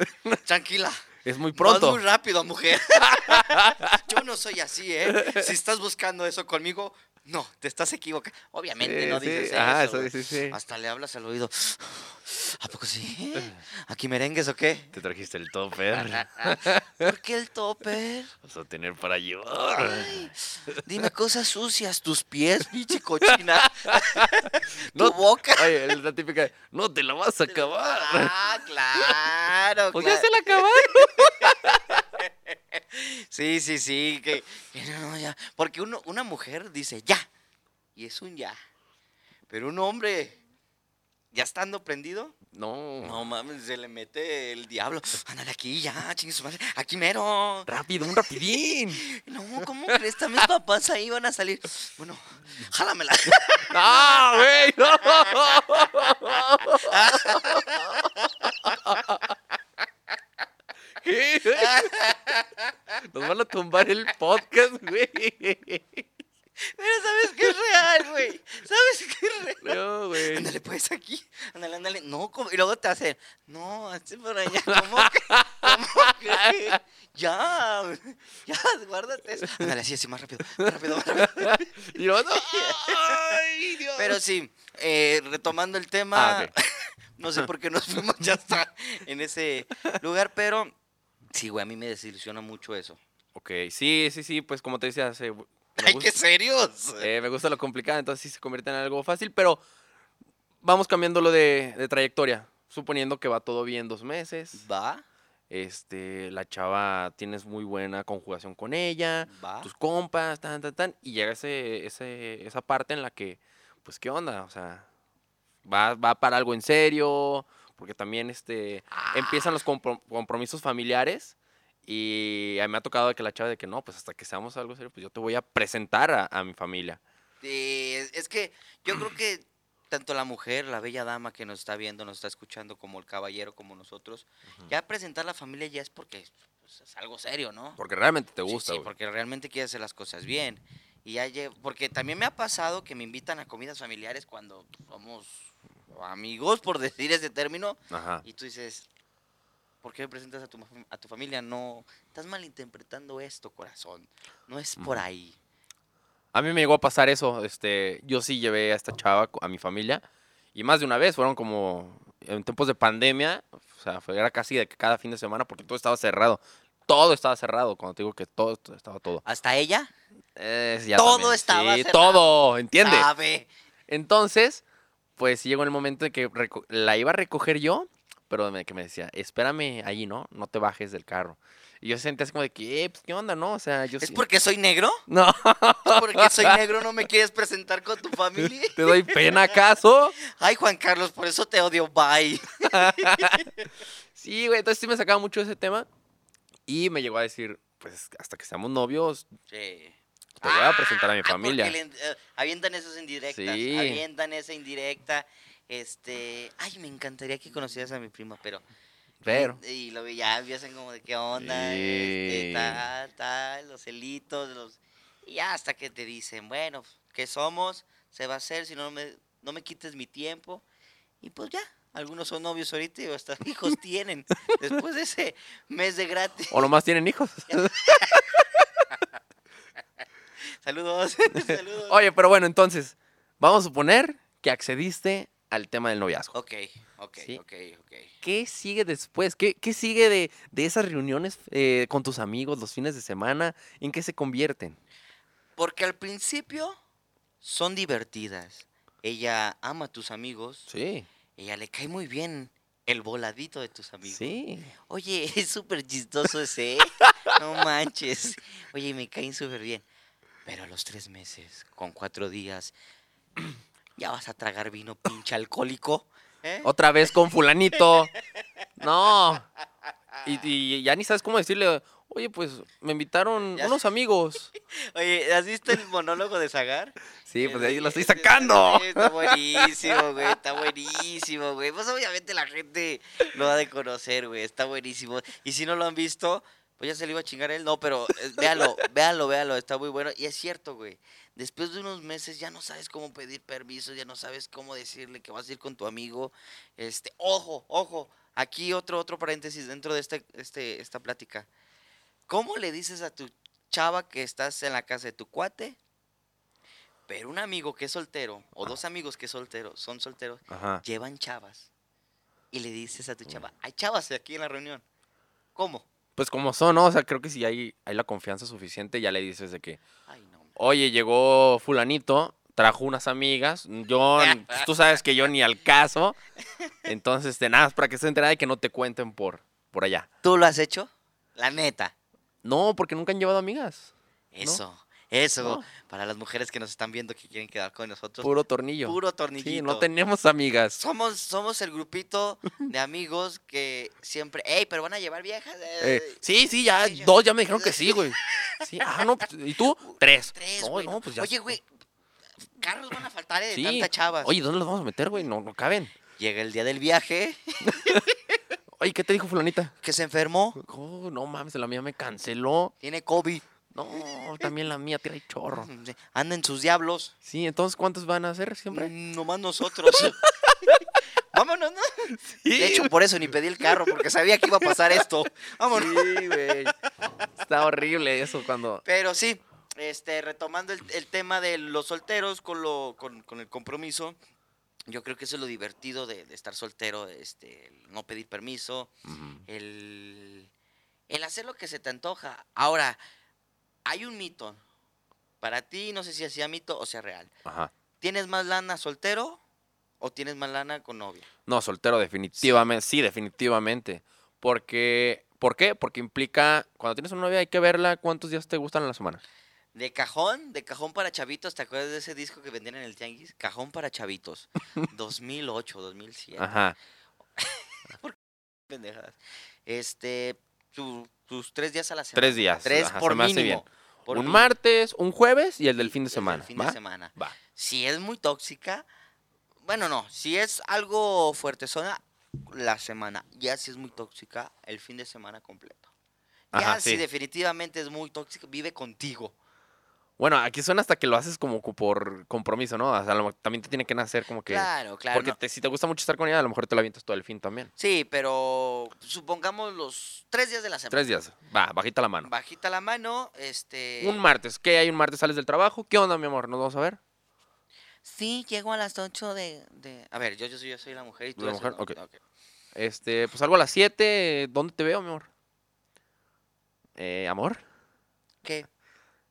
[SPEAKER 2] tranquila.
[SPEAKER 1] Es muy
[SPEAKER 2] Pronto.
[SPEAKER 1] pronto.
[SPEAKER 2] muy rápido, mujer. Yo no soy así, ¿eh? Si estás buscando eso conmigo, no, te estás equivocando. Obviamente
[SPEAKER 1] Sí,
[SPEAKER 2] no
[SPEAKER 1] sí,
[SPEAKER 2] dices
[SPEAKER 1] ajá,
[SPEAKER 2] eso.
[SPEAKER 1] eso
[SPEAKER 2] güey. Ah,
[SPEAKER 1] sí, sí.
[SPEAKER 2] Hasta le hablas al oído. ¿A poco sí?
[SPEAKER 1] Eh.
[SPEAKER 2] ¿Aquí merengues o qué?
[SPEAKER 1] Te trajiste el topper.
[SPEAKER 2] Ah, ¿Por qué el topper?
[SPEAKER 1] Vas a tener para llevar.
[SPEAKER 2] Ay, dime cosas sucias, tus pies, pinche cochina.
[SPEAKER 1] No-
[SPEAKER 2] tu boca.
[SPEAKER 1] Oye, es la típica, de, no te la vas a acabar.
[SPEAKER 2] Ah, claro,
[SPEAKER 1] Pues ya
[SPEAKER 2] claro.
[SPEAKER 1] se la acabaron.
[SPEAKER 2] Sí, sí, sí. Que, que no, no, ya. Porque uno, una mujer dice ya. Y es un ya. Pero un hombre ya estando prendido,
[SPEAKER 1] No.
[SPEAKER 2] no mames, se le mete el diablo. Ándale aquí ya, chingue su madre, aquí mero.
[SPEAKER 1] Rápido, un rapidín.
[SPEAKER 2] No, ¿cómo crees? Están mis papás ahí van a salir. Bueno, jálamela.
[SPEAKER 1] ¡Ah, güey! ¡No! ¿Qué? Nos van a tumbar el podcast, güey.
[SPEAKER 2] Pero sabes que es real, güey. Sabes que es real.
[SPEAKER 1] No, güey.
[SPEAKER 2] Ándale, pues aquí. Ándale, ándale. No, como- y luego te hace. No, hazte por allá. ¿Cómo que? ¿Cómo que? Ya, ya, guárdate eso. Ándale, así, así, más rápido. Más rápido, más rápido.
[SPEAKER 1] Y yo, no. ¡Ay, Dios!
[SPEAKER 2] Pero sí, eh, retomando el tema,
[SPEAKER 1] Ah, ok.
[SPEAKER 2] no sé por qué nos fuimos ya hasta en ese lugar, pero sí, güey, a mí me desilusiona mucho eso.
[SPEAKER 1] Ok, sí, sí, sí, pues como te decía, hace. me
[SPEAKER 2] ¡Ay,
[SPEAKER 1] gusta-
[SPEAKER 2] qué serios!
[SPEAKER 1] Eh, me gusta lo complicado, entonces sí se convierte en algo fácil, pero vamos cambiándolo de, de trayectoria. Suponiendo que va todo bien dos meses.
[SPEAKER 2] Va,
[SPEAKER 1] Este, la chava tienes muy buena conjugación con ella,
[SPEAKER 2] va.
[SPEAKER 1] tus compas, tan, tan, tan. Y llega ese, ese, esa parte en la que, pues, ¿qué onda? O sea, va, va para algo en serio, porque también este, empiezan
[SPEAKER 2] Ah.
[SPEAKER 1] los compro- compromisos familiares. Y a mí me ha tocado de que la chava de que no, pues hasta que seamos algo serio, pues yo te voy a presentar a- a mi familia.
[SPEAKER 2] Eh, es- es que yo creo que tanto la mujer, la bella dama que nos está viendo, nos está escuchando, como el caballero, como nosotros, ya presentar la familia ya es porque pues, es algo serio, ¿no?
[SPEAKER 1] Porque realmente te
[SPEAKER 2] Sí,
[SPEAKER 1] gusta,
[SPEAKER 2] Sí,
[SPEAKER 1] güey.
[SPEAKER 2] porque realmente quiere hacer las cosas bien. Y ya lle- porque también me ha pasado que me invitan a comidas familiares cuando somos amigos, por decir ese término,
[SPEAKER 1] Ajá.
[SPEAKER 2] y tú dices, ¿por qué me presentas a tu, ma- a tu familia? No, estás malinterpretando esto, corazón. No es por ahí.
[SPEAKER 1] A mí me llegó a pasar eso. Este, yo sí llevé a esta chava co- a mi familia. Y más de una vez fueron como en tiempos de pandemia. O sea, fue, era casi de que cada fin de semana porque todo estaba cerrado. Todo estaba cerrado. Cuando te digo que todo todo estaba todo.
[SPEAKER 2] ¿Hasta ella?
[SPEAKER 1] Eh, ya
[SPEAKER 2] Todo
[SPEAKER 1] también,
[SPEAKER 2] estaba
[SPEAKER 1] sí,
[SPEAKER 2] cerrado. Ah.
[SPEAKER 1] Todo, ¿entiendes?
[SPEAKER 2] Sabe.
[SPEAKER 1] Entonces, pues sí llegó el momento en que reco- la iba a recoger yo, pero me, que me decía, espérame allí, ¿no? No te bajes del carro. Y yo sentía así como de que, eh, pues, ¿qué onda, no? O sea, yo
[SPEAKER 2] ¿Es
[SPEAKER 1] sí-
[SPEAKER 2] porque soy negro?
[SPEAKER 1] No.
[SPEAKER 2] ¿Es porque soy negro no me quieres presentar con tu familia?
[SPEAKER 1] ¿Te doy pena acaso?
[SPEAKER 2] Ay, Juan Carlos, por eso te odio. Bye.
[SPEAKER 1] Sí, güey, entonces sí me sacaba mucho ese tema. Y me llegó a decir, pues hasta que seamos novios,
[SPEAKER 2] Sí.
[SPEAKER 1] te voy a presentar a mi
[SPEAKER 2] Ah,
[SPEAKER 1] familia.
[SPEAKER 2] porque le- eh, avientan esos indirectas.
[SPEAKER 1] Sí.
[SPEAKER 2] Avientan esa indirecta. Este. Ay, me encantaría que conocieras a mi prima, pero.
[SPEAKER 1] Pero,
[SPEAKER 2] Y, y lo ya empiezan como de qué onda, este,
[SPEAKER 1] Sí.
[SPEAKER 2] tal, tal, los celitos, los. Y ya hasta que te dicen, bueno, ¿qué somos? Se va a hacer, si no me, no me quites mi tiempo. Y pues ya, algunos son novios ahorita y hasta hijos tienen. Después de ese mes de gratis.
[SPEAKER 1] o nomás tienen hijos.
[SPEAKER 2] Saludos, saludos.
[SPEAKER 1] Oye, pero bueno, entonces, vamos a suponer que accediste al tema del noviazgo.
[SPEAKER 2] Ok, ok,
[SPEAKER 1] Sí.
[SPEAKER 2] ok, ok.
[SPEAKER 1] ¿Qué sigue después? ¿Qué, qué sigue de, de esas reuniones eh, con tus amigos los fines de semana? ¿En qué se convierten?
[SPEAKER 2] Porque al principio son divertidas. Ella ama a tus amigos.
[SPEAKER 1] Sí.
[SPEAKER 2] Ella le cae muy bien el voladito de tus amigos.
[SPEAKER 1] Sí.
[SPEAKER 2] Oye, es súper chistoso ese, ¿eh? No manches. Oye, me caen súper bien. Pero a los tres meses, con cuatro días, ya vas a tragar vino pinche alcohólico. ¿eh?
[SPEAKER 1] Otra vez con fulanito. No. Y, y ya ni sabes cómo decirle, oye, pues me invitaron
[SPEAKER 2] Ya
[SPEAKER 1] unos amigos.
[SPEAKER 2] Oye, ¿has visto el monólogo de Zagar?
[SPEAKER 1] Sí, pues de ahí lo estoy
[SPEAKER 2] Ese- ese-
[SPEAKER 1] sacando.
[SPEAKER 2] sí, este, Está buenísimo, güey. Está buenísimo, güey. Pues obviamente la gente lo ha de conocer, güey. Está buenísimo. Y si no lo han visto, pues ya se lo iba a chingar él. No, pero eh, véalo, véalo, véalo. Está muy bueno. Y es cierto, güey. Después de unos meses ya no sabes cómo pedir permiso, ya no sabes cómo decirle que vas a ir con tu amigo. Este, ojo, ojo. Aquí otro, otro paréntesis dentro de este, este, esta plática. ¿Cómo le dices a tu chava que estás en la casa de tu cuate? Pero un amigo que es soltero, o dos amigos que es soltero, son solteros,
[SPEAKER 1] Ajá. Mm.
[SPEAKER 2] llevan chavas. Y le dices a tu chava, hay chavas aquí en la reunión. ¿Cómo?
[SPEAKER 1] Pues como son, ¿no? O sea, creo que si hay, hay la confianza suficiente, ya le dices de que,
[SPEAKER 2] Ay, no.
[SPEAKER 1] oye, llegó fulanito, trajo unas amigas, yo, pues, tú sabes que yo ni al caso. Entonces, de nada, es para que se enterada y que no te cuenten por, por allá.
[SPEAKER 2] ¿Tú lo has hecho? La neta.
[SPEAKER 1] No, porque nunca han llevado amigas.
[SPEAKER 2] Eso. Eso,
[SPEAKER 1] No.
[SPEAKER 2] para las mujeres que nos están viendo que quieren quedar con nosotros.
[SPEAKER 1] Puro tornillo.
[SPEAKER 2] Puro
[SPEAKER 1] sí,
[SPEAKER 2] tornillito.
[SPEAKER 1] no tenemos amigas.
[SPEAKER 2] somos, somos el grupito de amigos que siempre, ¡Ey, pero van a llevar viejas! eh".
[SPEAKER 1] Eh, sí, sí, ya
[SPEAKER 2] sí, ya.
[SPEAKER 1] dos ya me dijeron que sí, güey. Sí, ah, no, pues, ¿y tú? Tres.
[SPEAKER 2] Tres,
[SPEAKER 1] no,
[SPEAKER 2] güey,
[SPEAKER 1] no,
[SPEAKER 2] no.
[SPEAKER 1] pues ya.
[SPEAKER 2] Oye, güey, carros van a faltar eh, de
[SPEAKER 1] sí.
[SPEAKER 2] tanta chavas.
[SPEAKER 1] Oye, ¿dónde los vamos a meter, güey? No, no caben.
[SPEAKER 2] Llega el día del viaje,
[SPEAKER 1] Oye, ¿qué te dijo fulanita?
[SPEAKER 2] que se enfermó,
[SPEAKER 1] Oh, no mames, la mía me canceló.
[SPEAKER 2] tiene COVID, mm,
[SPEAKER 1] No, también la mía tira el chorro.
[SPEAKER 2] anda en sus diablos.
[SPEAKER 1] Sí, entonces, ¿cuántos van a hacer siempre?
[SPEAKER 2] Mm, Nomás nosotros. Vámonos, ¿no? De hecho, por eso ni pedí el carro, porque sabía que iba a pasar esto. Vámonos.
[SPEAKER 1] Sí, güey. Está horrible eso cuando...
[SPEAKER 2] Pero sí, este, retomando el, el tema de los solteros con, lo, con, con el compromiso, yo creo que eso es lo divertido de, de estar soltero, este, el no pedir permiso, el, el hacer lo que se te antoja. Ahora, hay un mito. Para ti, no sé si sea mito o sea real.
[SPEAKER 1] Ajá.
[SPEAKER 2] ¿Tienes más lana soltero o tienes más lana con novia?
[SPEAKER 1] No, soltero definitivamente, sí, definitivamente. Porque, ¿por qué? Porque implica, cuando tienes una novia hay que verla cuántos días te gustan a la semana.
[SPEAKER 2] De cajón, de cajón para chavitos, ¿te acuerdas de ese disco que vendían en el Tianguis? Cajón para chavitos, 2008, 2007.
[SPEAKER 1] Ajá.
[SPEAKER 2] pendejadas. Este, tu- tus tres días a la semana.
[SPEAKER 1] Tres días.
[SPEAKER 2] Tres
[SPEAKER 1] ajá,
[SPEAKER 2] por
[SPEAKER 1] se me hace
[SPEAKER 2] mínimo.
[SPEAKER 1] bien.
[SPEAKER 2] por
[SPEAKER 1] un
[SPEAKER 2] mínimo.
[SPEAKER 1] martes, un jueves y el del
[SPEAKER 2] Sí,
[SPEAKER 1] fin de
[SPEAKER 2] el
[SPEAKER 1] semana.
[SPEAKER 2] fin
[SPEAKER 1] ¿va?
[SPEAKER 2] de semana.
[SPEAKER 1] Va.
[SPEAKER 2] Si es muy tóxica, bueno, no. Si es algo fuerte, la semana. Ya si es muy tóxica, el fin de semana completo. Ya
[SPEAKER 1] Ajá,
[SPEAKER 2] si
[SPEAKER 1] sí.
[SPEAKER 2] definitivamente es muy tóxica, vive contigo.
[SPEAKER 1] Bueno, aquí suena hasta que lo haces como cu- por compromiso, ¿no? O sea, a lo mejor también te tiene que nacer como que...
[SPEAKER 2] Claro, claro.
[SPEAKER 1] porque
[SPEAKER 2] no.
[SPEAKER 1] te- si te gusta mucho estar con ella, a lo mejor te la avientas todo el fin también.
[SPEAKER 2] Sí, pero supongamos los tres días de la semana.
[SPEAKER 1] Tres días. Em, Va, eh. bajita la mano.
[SPEAKER 2] Bajita la mano, este...
[SPEAKER 1] Un martes. ¿Qué hay un martes? ¿Sales del trabajo? ¿Qué onda, mi amor? ¿Nos vamos a ver?
[SPEAKER 2] Sí, llego a las 8 de... de- A ver, yo, yo, soy, yo soy la mujer y tú
[SPEAKER 1] La
[SPEAKER 2] eres el
[SPEAKER 1] mujer,
[SPEAKER 2] hombre,
[SPEAKER 1] ok.
[SPEAKER 2] ok.
[SPEAKER 1] Este, pues algo a las 7. ¿Dónde te veo, mi amor? Eh, amor.
[SPEAKER 2] ¿Qué?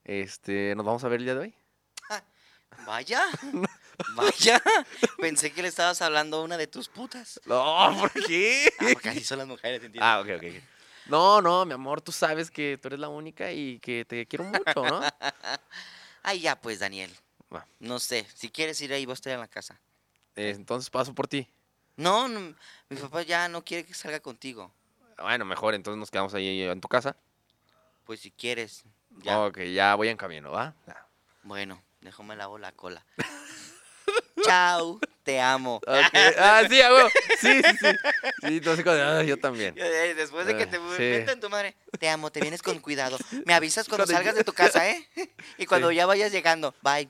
[SPEAKER 1] Este, ¿nos vamos a ver el día de hoy?
[SPEAKER 2] Vaya, vaya. Pensé que le estabas hablando a una de tus putas.
[SPEAKER 1] No, ¿por qué?
[SPEAKER 2] Ah, porque así son las mujeres, ¿entiendes?
[SPEAKER 1] Ah, ok, ok. ok. No, no, mi amor, tú sabes que tú eres la única y que te quiero mucho, ¿no?
[SPEAKER 2] Ay, ya pues, Daniel.
[SPEAKER 1] Va.
[SPEAKER 2] No sé, si quieres ir ahí, vos estar en la casa.
[SPEAKER 1] Eh, entonces paso por ti.
[SPEAKER 2] No, no, mi papá ya no quiere que salga contigo.
[SPEAKER 1] Bueno, mejor, entonces nos quedamos ahí en tu casa.
[SPEAKER 2] Pues si quieres, ya.
[SPEAKER 1] Ok, ya voy en camino, ¿va? Ya.
[SPEAKER 2] Bueno, déjame lavo la cola. Chao, te amo.
[SPEAKER 1] Ok, Ah, sí, hago. Sí, sí, sí. Sí, no sé cuándo- ah, yo también.
[SPEAKER 2] Eh, Después de que te
[SPEAKER 1] Ah, sí.
[SPEAKER 2] metan tu madre, te amo, te vienes con cuidado. Me avisas cuando
[SPEAKER 1] Cuando
[SPEAKER 2] salgas de tu casa, ¿eh? Y cuando ya vayas llegando, bye.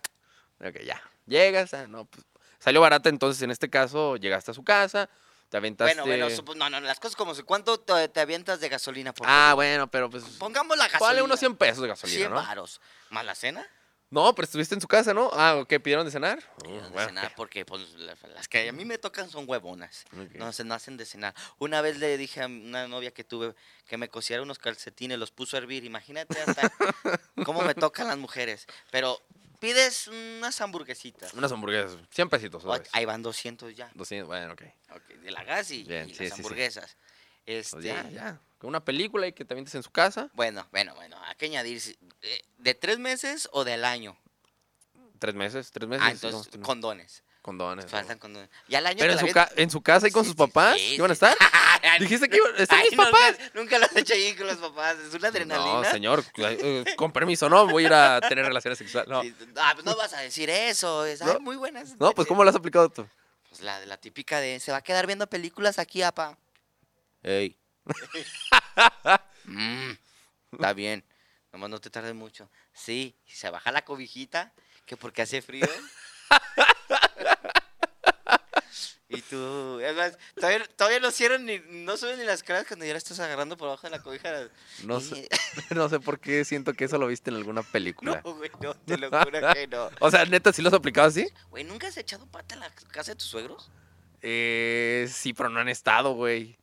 [SPEAKER 1] Ok, ya. Llegas, ah, no, pues, salió barata, entonces en este caso llegaste a su casa, te aventaste.
[SPEAKER 2] Bueno, bueno, supo- no, no, las cosas como se. ¿Cuánto te, te avientas de gasolina por
[SPEAKER 1] Ah,
[SPEAKER 2] día?
[SPEAKER 1] bueno, pero pues.
[SPEAKER 2] Pongamos la gasolina.
[SPEAKER 1] Vale unos 100 pesos de gasolina,
[SPEAKER 2] 100
[SPEAKER 1] ¿no?
[SPEAKER 2] varos. ¿Más la cena?
[SPEAKER 1] No, pero estuviste en su casa, ¿no? Ah, ¿qué? ¿Pidieron de cenar? Uh,
[SPEAKER 2] No, de
[SPEAKER 1] bueno,
[SPEAKER 2] cenar, porque pues, la- las que a mí me tocan son huevonas.
[SPEAKER 1] ok.
[SPEAKER 2] No, se, no hacen de cenar. Una vez le dije a una novia que tuve que me cosiera unos calcetines, los puso a hervir. Imagínate hasta cómo me tocan las mujeres. Pero pides unas hamburguesitas.
[SPEAKER 1] Unas hamburguesas, 100 pesitos.
[SPEAKER 2] O-
[SPEAKER 1] ¿sabes?
[SPEAKER 2] Ahí van 200 ya.
[SPEAKER 1] 200, bueno, ok.
[SPEAKER 2] Ok, de la gas y,
[SPEAKER 1] Bien,
[SPEAKER 2] y
[SPEAKER 1] sí, sí,
[SPEAKER 2] las
[SPEAKER 1] sí.
[SPEAKER 2] hamburguesas. Este,
[SPEAKER 1] Pues ya, ya. Con Una película y que te avientes en su casa,
[SPEAKER 2] Bueno, bueno, bueno, hay que añadir, si- eh, ¿de tres meses o del año?
[SPEAKER 1] tres meses, tres meses.
[SPEAKER 2] Ah,
[SPEAKER 1] sí,
[SPEAKER 2] entonces,
[SPEAKER 1] no,
[SPEAKER 2] condones.
[SPEAKER 1] condones.
[SPEAKER 2] Faltan condones. Ya el año
[SPEAKER 1] Pero
[SPEAKER 2] te
[SPEAKER 1] en
[SPEAKER 2] la
[SPEAKER 1] su,
[SPEAKER 2] avientas-
[SPEAKER 1] ca- en su casa y con
[SPEAKER 2] Sí,
[SPEAKER 1] sus
[SPEAKER 2] sí,
[SPEAKER 1] papás,
[SPEAKER 2] sí,
[SPEAKER 1] ¿qué van a
[SPEAKER 2] sí.
[SPEAKER 1] estar? Dijiste que iban- están
[SPEAKER 2] Ay,
[SPEAKER 1] mis
[SPEAKER 2] no,
[SPEAKER 1] papás.
[SPEAKER 2] Nunca, nunca lo has hecho ahí con los papás. Es una adrenalina.
[SPEAKER 1] No, señor, eh, eh, con permiso, no, voy a ir a tener relaciones sexuales. No,
[SPEAKER 2] Sí, ah, pues no vas a decir eso. Es, ay,
[SPEAKER 1] No.
[SPEAKER 2] muy buenas.
[SPEAKER 1] no pues ¿cómo lo has aplicado tú?
[SPEAKER 2] Pues la, la típica de, se va a quedar viendo películas aquí, apa.
[SPEAKER 1] Ey.
[SPEAKER 2] Mm, está bien. Nomás no te tardes mucho. Sí, y se baja la cobijita, que porque hace frío. y tú, es más, todavía, todavía no cierran ni, no suben ni las caras cuando ya la estás agarrando por abajo de la cobija. Eh,
[SPEAKER 1] No
[SPEAKER 2] Y-
[SPEAKER 1] sé, no sé por qué siento que eso lo viste en alguna película.
[SPEAKER 2] No, güey, no, te lo juro que no.
[SPEAKER 1] O sea, neta, ¿sí lo has aplicado así?
[SPEAKER 2] Güey, ¿nunca has echado pata en la casa de tus suegros?
[SPEAKER 1] Eh, sí, pero no han estado, güey.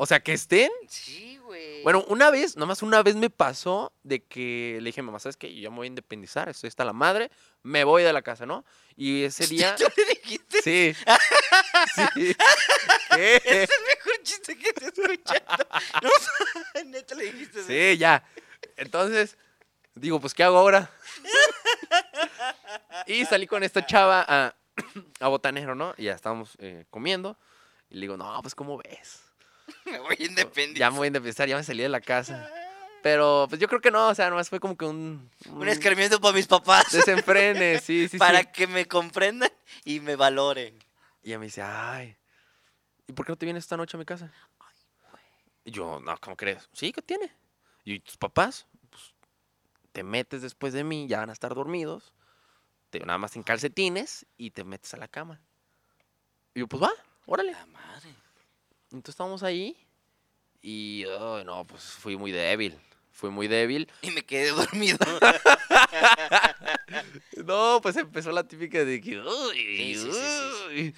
[SPEAKER 1] O sea, que estén.
[SPEAKER 2] Mm, Sí, güey.
[SPEAKER 1] Bueno, una vez, nomás una vez me pasó de que le dije, mamá, ¿sabes qué? Yo ya me voy a independizar, estoy hasta la madre, me voy de la casa, ¿no? Y ese día. eh.
[SPEAKER 2] ¿Tú le dijiste?
[SPEAKER 1] Sí. sí. ¿Qué?
[SPEAKER 2] Es el mejor chiste que te he escuchado. No, neta le dijiste.
[SPEAKER 1] Sí, ya. Entonces, digo, pues, ¿qué hago ahora? Y salí con esta chava a, a Botanero, ¿no? Y ya estábamos eh, comiendo. Y le digo, no, pues, ¿cómo ves?
[SPEAKER 2] Me voy independiente.
[SPEAKER 1] Ya me voy a independizar, ya me salí de la casa. Pero, pues, yo creo que no, o sea, nomás fue como que un...
[SPEAKER 2] Un escarmiento para mis papás.
[SPEAKER 1] Desenfrene, sí, sí,
[SPEAKER 2] para
[SPEAKER 1] sí.
[SPEAKER 2] que me comprendan y me valoren.
[SPEAKER 1] Y ella me dice, ay, ¿y por qué no te vienes esta noche a mi casa? Y yo, no, ¿cómo crees? Sí, ¿qué tiene? Y tus papás, pues, te metes después de mí, ya van a estar dormidos, te, nada más en calcetines y te metes a la cama. Y yo, pues va, órale.
[SPEAKER 2] La madre.
[SPEAKER 1] Entonces estábamos ahí y, ay, no, pues fui muy débil, fui muy débil.
[SPEAKER 2] Y me quedé dormido.
[SPEAKER 1] No, pues empezó la típica de que, uy,
[SPEAKER 2] Sí, sí, sí, sí,
[SPEAKER 1] uy.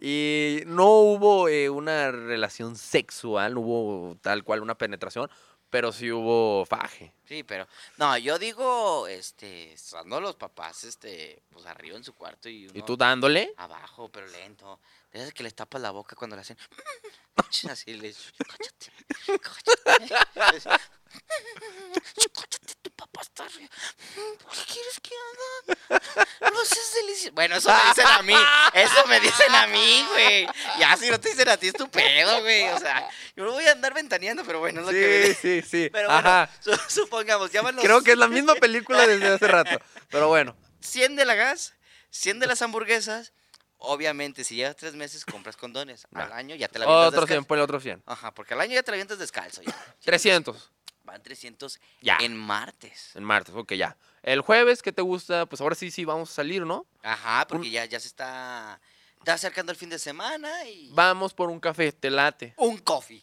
[SPEAKER 1] Y no hubo eh, una relación sexual, no hubo tal cual una penetración, pero sí hubo faje.
[SPEAKER 2] Sí, pero. No, yo digo, este, estando los papás, este, pues arriba en su cuarto y uno
[SPEAKER 1] ¿Y tú dándole?
[SPEAKER 2] abajo, pero lento. De esas que les tapas la boca cuando le hacen. Así les. Cállate. Cállate. Cállate, tu papá está arriba. ¿Qué quieres que haga? No seas delicioso. Bueno, eso me dicen a mí. Eso me dicen a mí, güey. Ya si no te dicen a ti, es tu pedo, güey. O sea, yo no voy a andar ventaneando, pero bueno, es lo que me
[SPEAKER 1] Sí,
[SPEAKER 2] dicen.
[SPEAKER 1] sí, sí.
[SPEAKER 2] Pero bueno,
[SPEAKER 1] Ajá.
[SPEAKER 2] su- supongamos, llámanos.
[SPEAKER 1] Creo que es la misma película desde hace rato. Pero bueno,
[SPEAKER 2] 100 de la gas, 100 de las hamburguesas. Obviamente, si llevas tres meses, compras condones. Al
[SPEAKER 1] Ah.
[SPEAKER 2] año ya te la avientas
[SPEAKER 1] otro 100,
[SPEAKER 2] descalzo.
[SPEAKER 1] ponle otro 100.
[SPEAKER 2] Ajá, porque al año ya te la avientas descalzo. Ya.
[SPEAKER 1] 300
[SPEAKER 2] Van 300
[SPEAKER 1] Ya.
[SPEAKER 2] en martes.
[SPEAKER 1] en martes, ok, ya. El jueves, ¿qué te gusta? Pues ahora sí, sí, vamos a salir, ¿no?
[SPEAKER 2] Ajá, porque
[SPEAKER 1] Un-
[SPEAKER 2] ya, ya se está, está acercando el fin de semana y...
[SPEAKER 1] Vamos por un café, te late.
[SPEAKER 2] Un coffee.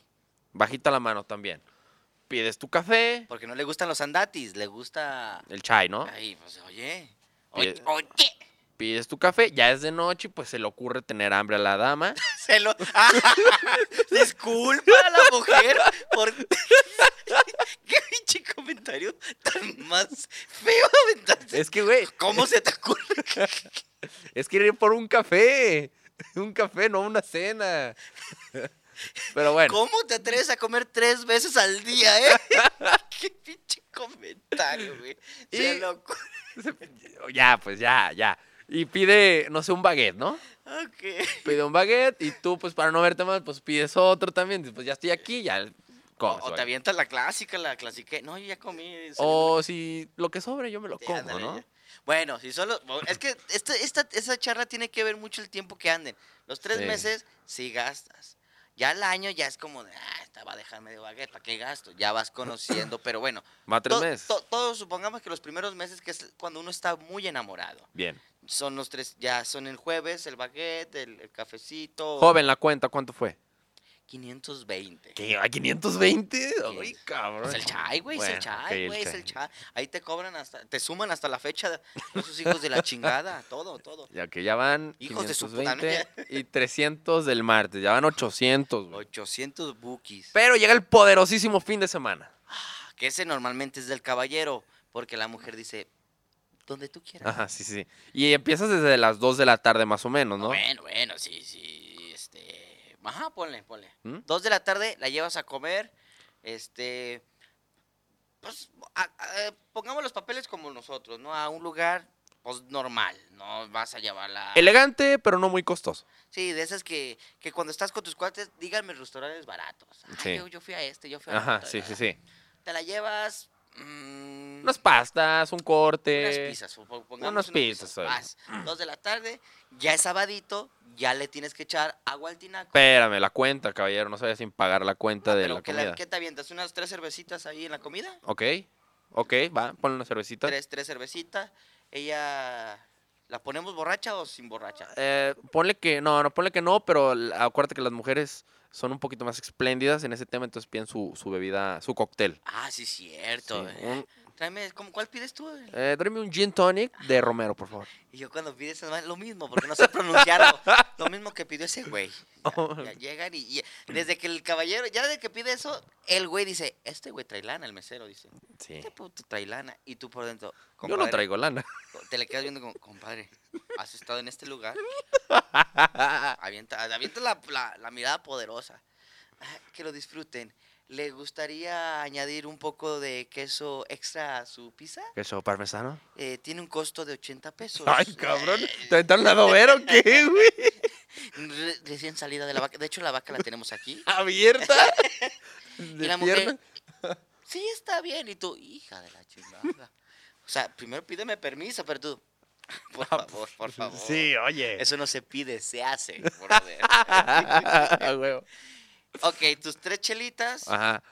[SPEAKER 1] Bajita la mano también. Pides tu café,
[SPEAKER 2] Porque no le gustan los andatis, le gusta...
[SPEAKER 1] el chai, ¿no?
[SPEAKER 2] Ay, pues oye.
[SPEAKER 1] Pide-
[SPEAKER 2] Oye, oye.
[SPEAKER 1] pides tu café, ya es de noche, pues se le ocurre tener hambre a la dama.
[SPEAKER 2] Se lo... Disculpa a la mujer por... Qué pinche comentario tan más feo aventaste.
[SPEAKER 1] Es que, güey,
[SPEAKER 2] ¿Cómo se te ocurre?
[SPEAKER 1] es que ir por un café. Un café, no una cena. Pero bueno,
[SPEAKER 2] ¿Cómo te atreves a comer tres veces al día, eh? Qué pinche comentario, güey. Se
[SPEAKER 1] Y-
[SPEAKER 2] loco.
[SPEAKER 1] ya, pues ya, ya. Y pide, no sé, un baguette, ¿no?
[SPEAKER 2] Ok.
[SPEAKER 1] Pide un baguette y tú, pues para no verte mal, pues pides otro también. Dices, Pues ya estoy aquí, ya.
[SPEAKER 2] O,
[SPEAKER 1] comes,
[SPEAKER 2] o te
[SPEAKER 1] baguette.
[SPEAKER 2] avientas la clásica, la clasique. No, yo ya comí. soy
[SPEAKER 1] o si lo que sobre yo me lo
[SPEAKER 2] Sí,
[SPEAKER 1] como,
[SPEAKER 2] ándale,
[SPEAKER 1] ¿no?
[SPEAKER 2] ya. Bueno, si solo. bueno, Es que esta, esta, esa charla tiene que ver mucho el tiempo que anden. Los tres
[SPEAKER 1] Sí.
[SPEAKER 2] meses, sí gastas. Ya el año ya es como de, ah, esta va a dejarme de baguette, ¿para qué gasto? Ya vas conociendo, pero bueno.
[SPEAKER 1] Va tres
[SPEAKER 2] to-
[SPEAKER 1] meses.
[SPEAKER 2] to- todos supongamos que los primeros meses, que es cuando uno está muy enamorado,
[SPEAKER 1] Bien.
[SPEAKER 2] son los tres, ya son el jueves, el baguette, el, el cafecito.
[SPEAKER 1] Joven, la cuenta, ¿cuánto fue?
[SPEAKER 2] 520.
[SPEAKER 1] ¿Qué? ¿A 520? Ay,
[SPEAKER 2] Sí.
[SPEAKER 1] cabrón.
[SPEAKER 2] Es el chai, güey, es
[SPEAKER 1] Bueno,
[SPEAKER 2] el chai,
[SPEAKER 1] ok, el
[SPEAKER 2] güey, es
[SPEAKER 1] chai.
[SPEAKER 2] el chai. Ahí te cobran hasta, te suman hasta la fecha de esos hijos de la chingada, todo, todo.
[SPEAKER 1] Ya que ya van
[SPEAKER 2] Hijos de su puta, ¿no?
[SPEAKER 1] 520 y 300 del martes, ya van 800. güey.
[SPEAKER 2] 800 bookies.
[SPEAKER 1] Pero llega el poderosísimo fin de semana.
[SPEAKER 2] Que ese normalmente es del caballero, porque la mujer dice, donde tú quieras.
[SPEAKER 1] Ajá, sí, sí. Y empiezas desde las 2 de la tarde más o menos, ¿no?
[SPEAKER 2] Bueno, bueno, sí, sí, este... Ajá, ponle, ponle.
[SPEAKER 1] ¿Mm?
[SPEAKER 2] Dos de la tarde la llevas a comer, este... Pues, a- a- eh, pongamos los papeles como nosotros, ¿no? A un lugar, pues, normal, no vas a llevarla...
[SPEAKER 1] Elegante, pero no muy costoso.
[SPEAKER 2] Sí, de esas que, que cuando estás con tus cuates, díganme restaurantes baratos. Ay,
[SPEAKER 1] Sí.
[SPEAKER 2] yo, yo fui a este, yo fui a
[SPEAKER 1] Ajá,
[SPEAKER 2] otro,
[SPEAKER 1] sí,
[SPEAKER 2] bla,
[SPEAKER 1] sí,
[SPEAKER 2] bla.
[SPEAKER 1] sí.
[SPEAKER 2] Te la llevas... mm,
[SPEAKER 1] Unas pastas, un corte.
[SPEAKER 2] Unas pizzas, supo- pongamos
[SPEAKER 1] Eh, unas
[SPEAKER 2] unas
[SPEAKER 1] pizzas,
[SPEAKER 2] pizzas.
[SPEAKER 1] oye. Mm.
[SPEAKER 2] Vas, dos de la tarde, ya es sabadito, ya le tienes que echar agua al tinaco.
[SPEAKER 1] Espérame, la cuenta, caballero. No se vaya sin pagar la cuenta de
[SPEAKER 2] pero
[SPEAKER 1] la
[SPEAKER 2] que
[SPEAKER 1] comida.
[SPEAKER 2] ¿qué te avientas? ¿Unas tres cervecitas ahí en la comida?
[SPEAKER 1] Ok, ok, va, ponle una cervecita.
[SPEAKER 2] Tres, tres cervecitas. Ella, ¿la ponemos borracha o sin borracha?
[SPEAKER 1] Eh, ponle que, no, no, ponle que no, pero l- acuérdate que las mujeres son un poquito más espléndidas en ese tema, entonces piden su, su bebida, su cóctel.
[SPEAKER 2] Ah, sí,
[SPEAKER 1] Sí,
[SPEAKER 2] cierto. eh.
[SPEAKER 1] un-
[SPEAKER 2] Tráeme, ¿cómo- ¿cuál pides tú?
[SPEAKER 1] eh, tráeme un gin tonic de Romero, por favor.
[SPEAKER 2] Y yo cuando pides esas madres, lo mismo, porque no sé pronunciarlo. lo mismo que pidió ese güey. Ya,
[SPEAKER 1] Oh.
[SPEAKER 2] ya llegan y, y desde que el caballero, ya desde que pide eso, el güey dice, este güey trae lana, el mesero dice.
[SPEAKER 1] Sí.
[SPEAKER 2] Este puto trae lana. Y tú por dentro,
[SPEAKER 1] Yo no
[SPEAKER 2] compadre,
[SPEAKER 1] traigo lana.
[SPEAKER 2] Te le quedas viendo como, compadre, has estado en este lugar. Avienta, avienta la, la- la mirada poderosa. Ah, Que lo disfruten. ¿Le gustaría añadir un poco de queso extra a su pizza?
[SPEAKER 1] ¿Queso parmesano?
[SPEAKER 2] Eh, tiene un costo de 80 pesos.
[SPEAKER 1] Ay, cabrón. ¿Te aventaron la adobera o qué, güey?
[SPEAKER 2] Re- recién salida de la vaca. De hecho, la vaca la tenemos aquí.
[SPEAKER 1] ¿Abierta?
[SPEAKER 2] Y
[SPEAKER 1] De
[SPEAKER 2] la mujer,
[SPEAKER 1] pierna.
[SPEAKER 2] sí, está bien. Y tú, hija de la chingada. O sea, primero pídeme permiso, pero tú, por favor, por favor.
[SPEAKER 1] Ah, Sí, oye.
[SPEAKER 2] Eso no se pide, se hace, brother.
[SPEAKER 1] A huevo.
[SPEAKER 2] ok, tus tres chelitas,
[SPEAKER 1] Ajá.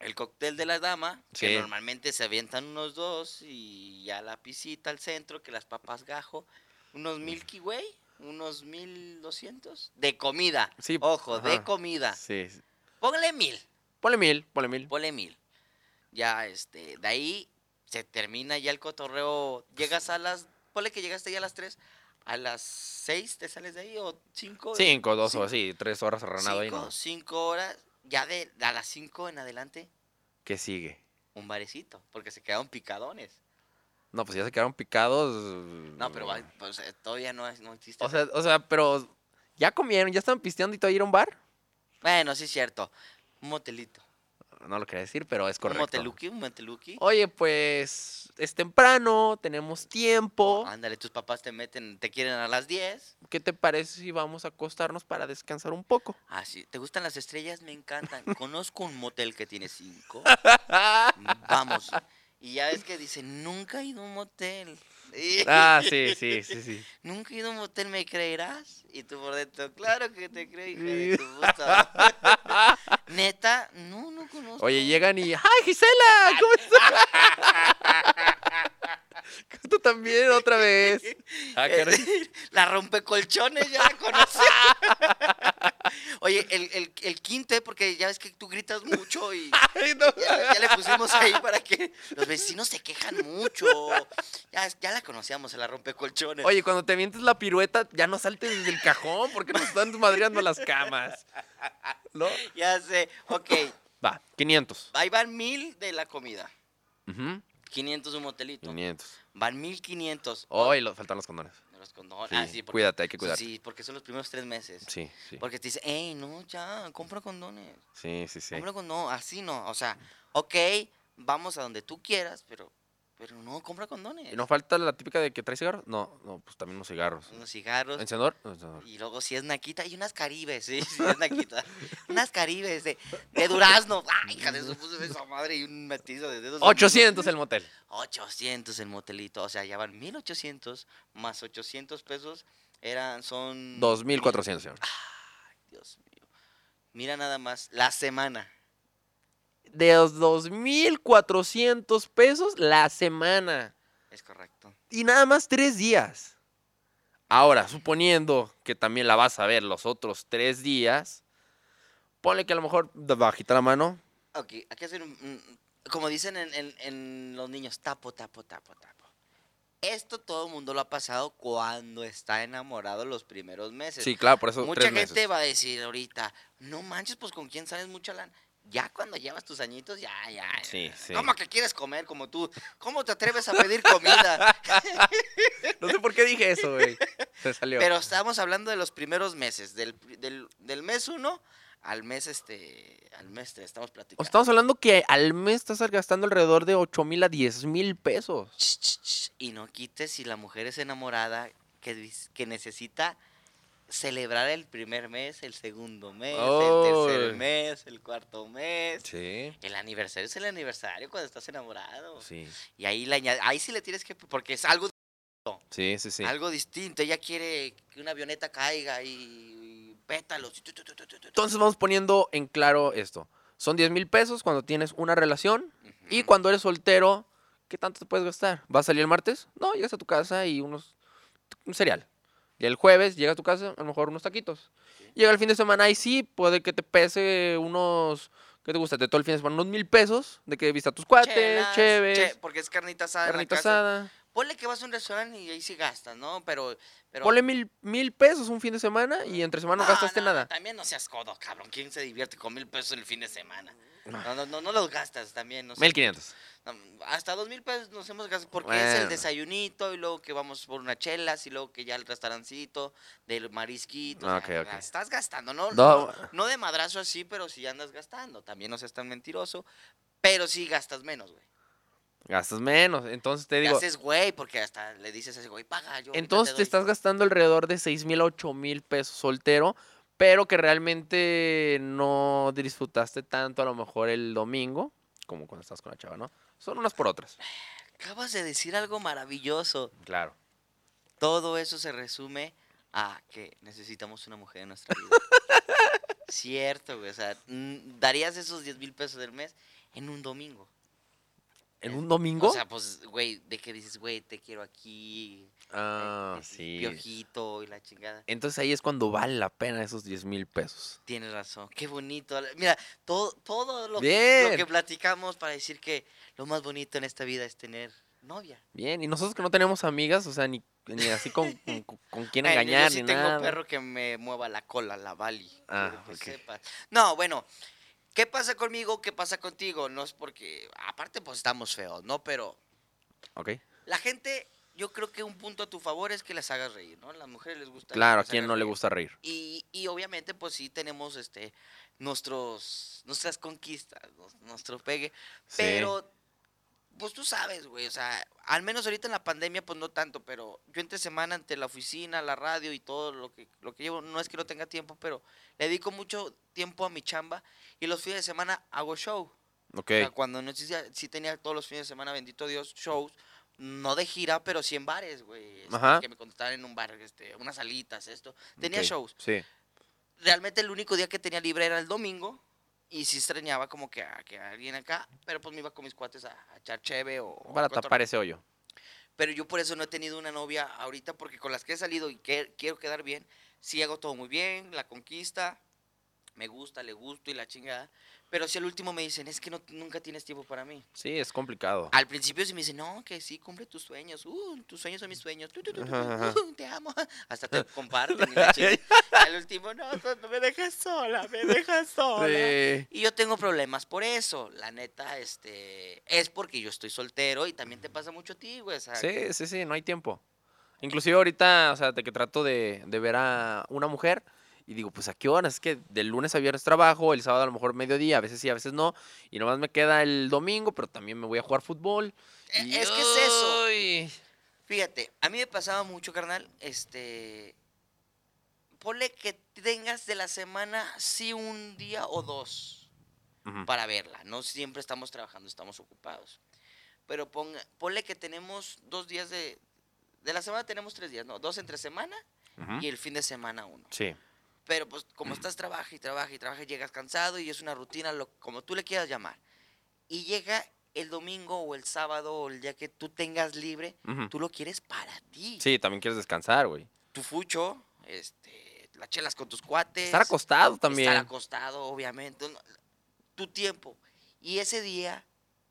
[SPEAKER 2] el cóctel de la dama, que
[SPEAKER 1] Ah. Sí.
[SPEAKER 2] normalmente se avientan unos dos, y ya la pisita al centro, que las papas gajo, unos Milky Way, unos mil doscientos, de comida.
[SPEAKER 1] Sí,
[SPEAKER 2] Ojo, de
[SPEAKER 1] ajá.
[SPEAKER 2] comida.
[SPEAKER 1] Sí. sí.
[SPEAKER 2] Póngale mil.
[SPEAKER 1] Ponle mil, ponle mil.
[SPEAKER 2] ponle mil. Ya, este, de ahí se termina ya el cotorreo. Llegas a las, ponle que llegaste ya a las 3, a las 6 te sales de ahí o 5.
[SPEAKER 1] Cinco, dos o así, tres horas arranado ahí, ¿no?
[SPEAKER 2] 5 horas, ya de a las 5 en adelante,
[SPEAKER 1] ¿Qué sigue?
[SPEAKER 2] un barecito, porque se quedaron picadones.
[SPEAKER 1] No, pues ya se quedaron picados.
[SPEAKER 2] No, pero va- pues, eh, todavía no, es- no existe.
[SPEAKER 1] Mm. O sea, o sea, pero ya comieron, ya estaban pisteando y todavía ir a un bar.
[SPEAKER 2] bueno, sí es cierto, un motelito.
[SPEAKER 1] No lo quería decir, pero es correcto.
[SPEAKER 2] Un moteluki, un moteluki.
[SPEAKER 1] Oye, pues es temprano, tenemos tiempo.
[SPEAKER 2] Ándale, tus papás te meten, te quieren a las 10.
[SPEAKER 1] ¿Qué te parece si vamos a acostarnos para descansar un poco?
[SPEAKER 2] Ah, sí. ¿Te gustan las estrellas? Me encantan. Conozco un motel que tiene cinco. Vamos. Y ya ves que dice, nunca he ido a un motel. Y-
[SPEAKER 1] ah, sí, sí, sí, sí.
[SPEAKER 2] Nunca he ido a un motel, ¿me creerás? Y tú por dentro, claro que te creo, hija de tu puta madre". Neta, no, no conozco.
[SPEAKER 1] Oye, llegan y. ¡Ay, Gisela! ¿Cómo estás? Tú también, otra vez. Ah, caray.
[SPEAKER 2] La rompecolchones, ya la conocí. Oye, el, el, el quinte, porque ya ves que tú gritas mucho y...
[SPEAKER 1] Ay, no.
[SPEAKER 2] Ya, ya le pusimos ahí para que los vecinos se quejan mucho. Ya, ya la conocíamos, se la rompe colchones.
[SPEAKER 1] Oye, cuando te mientes la pirueta, ya no saltes desde el cajón porque nos están madreando las camas. ¿No?
[SPEAKER 2] Ya sé. Ok,
[SPEAKER 1] Va, 500.
[SPEAKER 2] ahí van mil de la comida.
[SPEAKER 1] Ujú,
[SPEAKER 2] 500 un motelito.
[SPEAKER 1] 500.
[SPEAKER 2] Van 1500
[SPEAKER 1] Hoy lo- faltan los condones.
[SPEAKER 2] de los condones.
[SPEAKER 1] Sí,
[SPEAKER 2] Ah, sí, porque-
[SPEAKER 1] cuídate, hay que cuidarte.
[SPEAKER 2] Sí, porque son los primeros tres meses.
[SPEAKER 1] Sí, sí.
[SPEAKER 2] Porque te dice, hey, no, ya, compra condones.
[SPEAKER 1] Sí, sí, Mm. sí.
[SPEAKER 2] Compra condones. Así no. O sea, ok, vamos a donde tú quieras, pero, pero no, compra condones.
[SPEAKER 1] ¿Y no falta la típica de que trae cigarros? No, no, pues también unos cigarros.
[SPEAKER 2] Unos cigarros.
[SPEAKER 1] ¿Encendedor? No, encendedor.
[SPEAKER 2] Y luego si es naquita, y unas caribes, sí, sí es naquita. unas caribes de, de durazno. Ay, hija de su puso esa madre y un metizo de dedos.
[SPEAKER 1] 800 el motel.
[SPEAKER 2] 800 el motelito, o sea, ya van 1800 más 800 pesos, eran, son...
[SPEAKER 1] 2400, señor.
[SPEAKER 2] Dios mío. Mira nada más, la semana.
[SPEAKER 1] De los 2400 pesos la semana.
[SPEAKER 2] Es correcto.
[SPEAKER 1] Y nada más tres días. Ahora, suponiendo que también la vas a ver los otros tres días, ponle que a lo mejor de- bajita la mano.
[SPEAKER 2] Ok, hay que hacer un... un- como dicen en, en- en los niños, tapo, tapo, tapo, tapo. Esto todo el mundo lo ha pasado cuando está enamorado los primeros meses.
[SPEAKER 1] Sí, claro, por eso
[SPEAKER 2] Mucha
[SPEAKER 1] tres
[SPEAKER 2] gente
[SPEAKER 1] meses.
[SPEAKER 2] va a decir ahorita, no manches, pues con quién sales mucha lana. Ya cuando llevas tus añitos, ya, ya. ya.
[SPEAKER 1] Sí, sí.
[SPEAKER 2] ¿Cómo que quieres comer como tú? ¿Cómo te atreves a pedir comida?
[SPEAKER 1] No sé por qué dije eso, güey. Se salió.
[SPEAKER 2] Pero estamos hablando de los primeros meses, del, pri- del, del mes uno al mes este, al mes tres, estamos
[SPEAKER 1] O
[SPEAKER 2] platicando.
[SPEAKER 1] Estamos hablando que al mes estás gastando alrededor de 8 mil a 10 mil pesos.
[SPEAKER 2] Ch, ch, ch, Y no quites si la mujer es enamorada, que, dis- que necesita celebrar el primer mes, el segundo mes, el tercer
[SPEAKER 1] Ay.
[SPEAKER 2] mes, el cuarto mes.
[SPEAKER 1] Sí.
[SPEAKER 2] El aniversario es el aniversario cuando estás enamorado.
[SPEAKER 1] Sí,
[SPEAKER 2] Y ahí, le añade- ahí sí le tienes que... Porque es algo,
[SPEAKER 1] sí, sí. sí.
[SPEAKER 2] algo distinto. Ella quiere que una avioneta caiga y, y pétalos. y tu, tu, tu, tu, tu, tu.
[SPEAKER 1] Entonces vamos poniendo en claro esto. Son 10 mil pesos cuando tienes una relación y
[SPEAKER 2] Ujú.
[SPEAKER 1] cuando eres soltero, ¿qué tanto te puedes gastar? ¿Vas a salir el martes? No, llegas a tu casa y unos... un cereal. Y el jueves llega a tu casa, a lo mejor unos taquitos. Llega el fin de semana y sí, puede que te pese unos... ¿Qué te gusta? De todo el fin de semana, unos mil pesos de que viste a tus cuates,
[SPEAKER 2] Chelas,
[SPEAKER 1] cheves,
[SPEAKER 2] che- porque es carnita asada. en la
[SPEAKER 1] carnita
[SPEAKER 2] casa.
[SPEAKER 1] asada.
[SPEAKER 2] Ponle que vas a un restaurante y ahí sí gastas, ¿no? Pero. pero
[SPEAKER 1] Ponle mil, mil pesos un fin de semana y entre semana Ah, no gastaste nada.
[SPEAKER 2] También no seas codo, cabrón. ¿Quién se divierte con mil pesos el fin de semana? No, no, no, no los gastas también. No sé.
[SPEAKER 1] 1500.
[SPEAKER 2] No, hasta dos mil pesos nos hemos gastado porque es el
[SPEAKER 1] Bueno.
[SPEAKER 2] desayunito y luego que vamos por unas chelas y luego que ya el restaurancito del marisquito.
[SPEAKER 1] Ah,
[SPEAKER 2] o sea,
[SPEAKER 1] ok, ok.
[SPEAKER 2] Estás gastando, ¿no?
[SPEAKER 1] No.
[SPEAKER 2] No, no de madrazo así, pero sí andas gastando. También no seas tan mentiroso, pero sí gastas menos, güey.
[SPEAKER 1] Gastas menos. Entonces te
[SPEAKER 2] Te
[SPEAKER 1] digo.
[SPEAKER 2] haces güey porque hasta le dices a ese güey, paga yo. ahorita
[SPEAKER 1] Entonces te
[SPEAKER 2] doy".
[SPEAKER 1] estás gastando alrededor de 6 mil a 8 mil pesos soltero, pero que realmente no disfrutaste tanto a lo mejor el domingo, como cuando estás con la chava, ¿no? Son unas por otras.
[SPEAKER 2] Acabas de decir algo maravilloso.
[SPEAKER 1] Claro.
[SPEAKER 2] Todo eso se resume a que necesitamos una mujer en nuestra vida. Cierto, güey. O sea, mm, darías esos 10 mil pesos del mes en un domingo.
[SPEAKER 1] ¿En un domingo?
[SPEAKER 2] O sea, pues, güey, de que dices, güey, te quiero aquí. eh,
[SPEAKER 1] ah,
[SPEAKER 2] es
[SPEAKER 1] sí.
[SPEAKER 2] Piojito y la chingada.
[SPEAKER 1] Entonces ahí es cuando vale la pena esos 10 mil pesos.
[SPEAKER 2] Tienes razón. Qué bonito. Mira, todo, todo lo, que, lo
[SPEAKER 1] Bien.
[SPEAKER 2] que platicamos para decir que lo más bonito en esta vida es tener novia.
[SPEAKER 1] Bien, y nosotros que no tenemos amigas, o sea, ni, ni así con, con, con quién
[SPEAKER 2] Bueno,
[SPEAKER 1] engañar,
[SPEAKER 2] yo sí
[SPEAKER 1] ni
[SPEAKER 2] tengo
[SPEAKER 1] nada.
[SPEAKER 2] un perro que me mueva la cola, la Bali.
[SPEAKER 1] Ah,
[SPEAKER 2] quiero que
[SPEAKER 1] ok.
[SPEAKER 2] sepas. No, bueno, ¿qué pasa conmigo? ¿Qué pasa contigo? No es porque, aparte pues estamos feos, ¿no? Pero
[SPEAKER 1] Ok.
[SPEAKER 2] la gente, yo creo que un punto a tu favor es que las hagas reír, ¿no? las mujeres les gusta. que
[SPEAKER 1] Claro, ¿a
[SPEAKER 2] las
[SPEAKER 1] quién
[SPEAKER 2] hagas
[SPEAKER 1] no le
[SPEAKER 2] reír.
[SPEAKER 1] gusta reír?
[SPEAKER 2] Y, y obviamente pues sí tenemos este, nuestros, nuestras conquistas, nos- nuestro pegue.
[SPEAKER 1] Sí.
[SPEAKER 2] Pero, pues tú sabes, güey, o sea, al menos ahorita en la pandemia, pues no tanto, pero yo entre semana ante la oficina, la radio y todo lo que, lo que llevo, no es que no tenga tiempo, pero le dedico mucho tiempo a mi chamba y los fines de semana hago show.
[SPEAKER 1] Ok.
[SPEAKER 2] O sea, cuando no existía, sí tenía todos los fines de semana, bendito Dios, shows, no de gira, pero sí en bares, güey. este,
[SPEAKER 1] Ajá.
[SPEAKER 2] Que me contrataran en un bar, este, unas alitas, esto. Tenía
[SPEAKER 1] ok,
[SPEAKER 2] shows
[SPEAKER 1] Sí.
[SPEAKER 2] realmente el único día que tenía libre era el domingo. Y sí extrañaba como que, a, que alguien acá. Pero pues me iba con mis cuates a, a echar cheve o... o a
[SPEAKER 1] Para
[SPEAKER 2] cotorrear.
[SPEAKER 1] tapar ese hoyo.
[SPEAKER 2] Pero yo por eso no he tenido una novia ahorita. Porque con las que he salido y que, quiero quedar bien. Sí hago todo muy bien. La conquista. Me gusta, le gusto y la chingada. Pero si al último me dicen, es que no, nunca tienes tiempo para mí.
[SPEAKER 1] Sí, es complicado.
[SPEAKER 2] Al principio sí me dicen, no, que sí, cumple tus sueños. Uh, tus sueños son mis sueños. Tu, tu, tu, tu, tu,
[SPEAKER 1] Ajá, ajá.
[SPEAKER 2] uh, te amo. Hasta te comparten. y la chingada. Al último, no, no, no, me dejas sola, me dejas sola.
[SPEAKER 1] Sí.
[SPEAKER 2] Y yo tengo problemas por eso. La neta, este, es porque yo estoy soltero y también te pasa mucho a ti, güey. o sea, que-
[SPEAKER 1] Sí, sí, sí, no hay tiempo. Inclusive ahorita, o sea, de que trato de, de ver a una mujer y digo, pues a qué hora, es que de lunes a viernes trabajo, el sábado a lo mejor mediodía, a veces sí, a veces no, y nomás me queda el domingo, pero también me voy a jugar fútbol.
[SPEAKER 2] E-
[SPEAKER 1] y-
[SPEAKER 2] es que es eso.
[SPEAKER 1] ¡Ay!
[SPEAKER 2] Fíjate, a mí me pasaba mucho, carnal, este, ponle que tengas de la semana sí un día o dos
[SPEAKER 1] Ujú.
[SPEAKER 2] para verla. No siempre estamos trabajando, estamos ocupados. Pero ponga, ponle que tenemos dos días de, de la semana tenemos tres días, no, dos entre semana
[SPEAKER 1] Ujú.
[SPEAKER 2] y el fin de semana uno.
[SPEAKER 1] Sí,
[SPEAKER 2] Pero pues como estás, trabaja y trabaja y trabaja, llegas cansado y es una rutina, lo, como tú le quieras llamar. Y llega el domingo o el sábado o el día que tú tengas libre,
[SPEAKER 1] Ujú.
[SPEAKER 2] tú lo quieres para ti.
[SPEAKER 1] sí, también quieres descansar, güey.
[SPEAKER 2] Tu fucho, este, las chelas con tus cuates.
[SPEAKER 1] Estar acostado también.
[SPEAKER 2] Estar acostado, obviamente. no, Tu tiempo. Y ese día,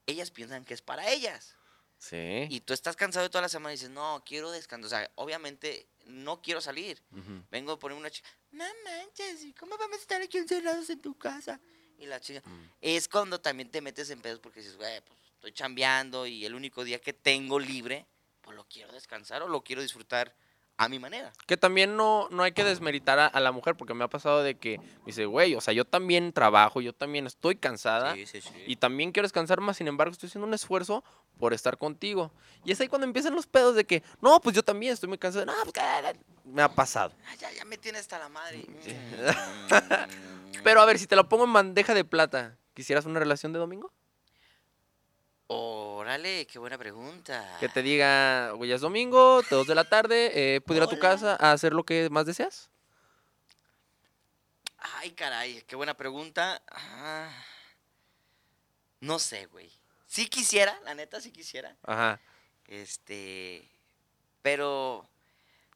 [SPEAKER 2] ellas piensan que es para ellas.
[SPEAKER 1] Sí.
[SPEAKER 2] Y tú estás cansado de toda la semana y dices, no, quiero descansar. O sea, obviamente no quiero salir.
[SPEAKER 1] Ujú.
[SPEAKER 2] Vengo a poner una chica. No manches, ¿y ¿cómo vamos a estar aquí encerrados en tu casa? Y la chica.
[SPEAKER 1] Mm.
[SPEAKER 2] Es cuando también te metes en pedos porque dices, güey, pues estoy chambeando y el único día que tengo libre, pues lo quiero descansar o lo quiero disfrutar a mi manera.
[SPEAKER 1] Que también no, no hay que desmeritar a, a la mujer, porque me ha pasado de que me dice, güey, o sea, yo también trabajo, yo también estoy cansada.
[SPEAKER 2] sí, sí.
[SPEAKER 1] Y también quiero descansar más, sin embargo, estoy haciendo un esfuerzo por estar contigo. Y es ahí cuando empiezan los pedos de que, no, pues yo también estoy muy cansado. No, pues, que- me ha pasado.
[SPEAKER 2] Ah, ya, ya me tiene hasta la madre. Mm.
[SPEAKER 1] Pero a ver, si te la pongo en bandeja de plata, ¿quisieras una relación de domingo?
[SPEAKER 2] Órale, qué buena pregunta.
[SPEAKER 1] Que te diga, güey, ya es domingo, te dos de la tarde, eh, ¿puedo ir a tu
[SPEAKER 2] Hola.
[SPEAKER 1] casa a hacer lo que más deseas?
[SPEAKER 2] Ay, caray, qué buena pregunta. Ah, no sé, güey. Sí quisiera, la neta, sí quisiera.
[SPEAKER 1] Ajá.
[SPEAKER 2] Este. Pero.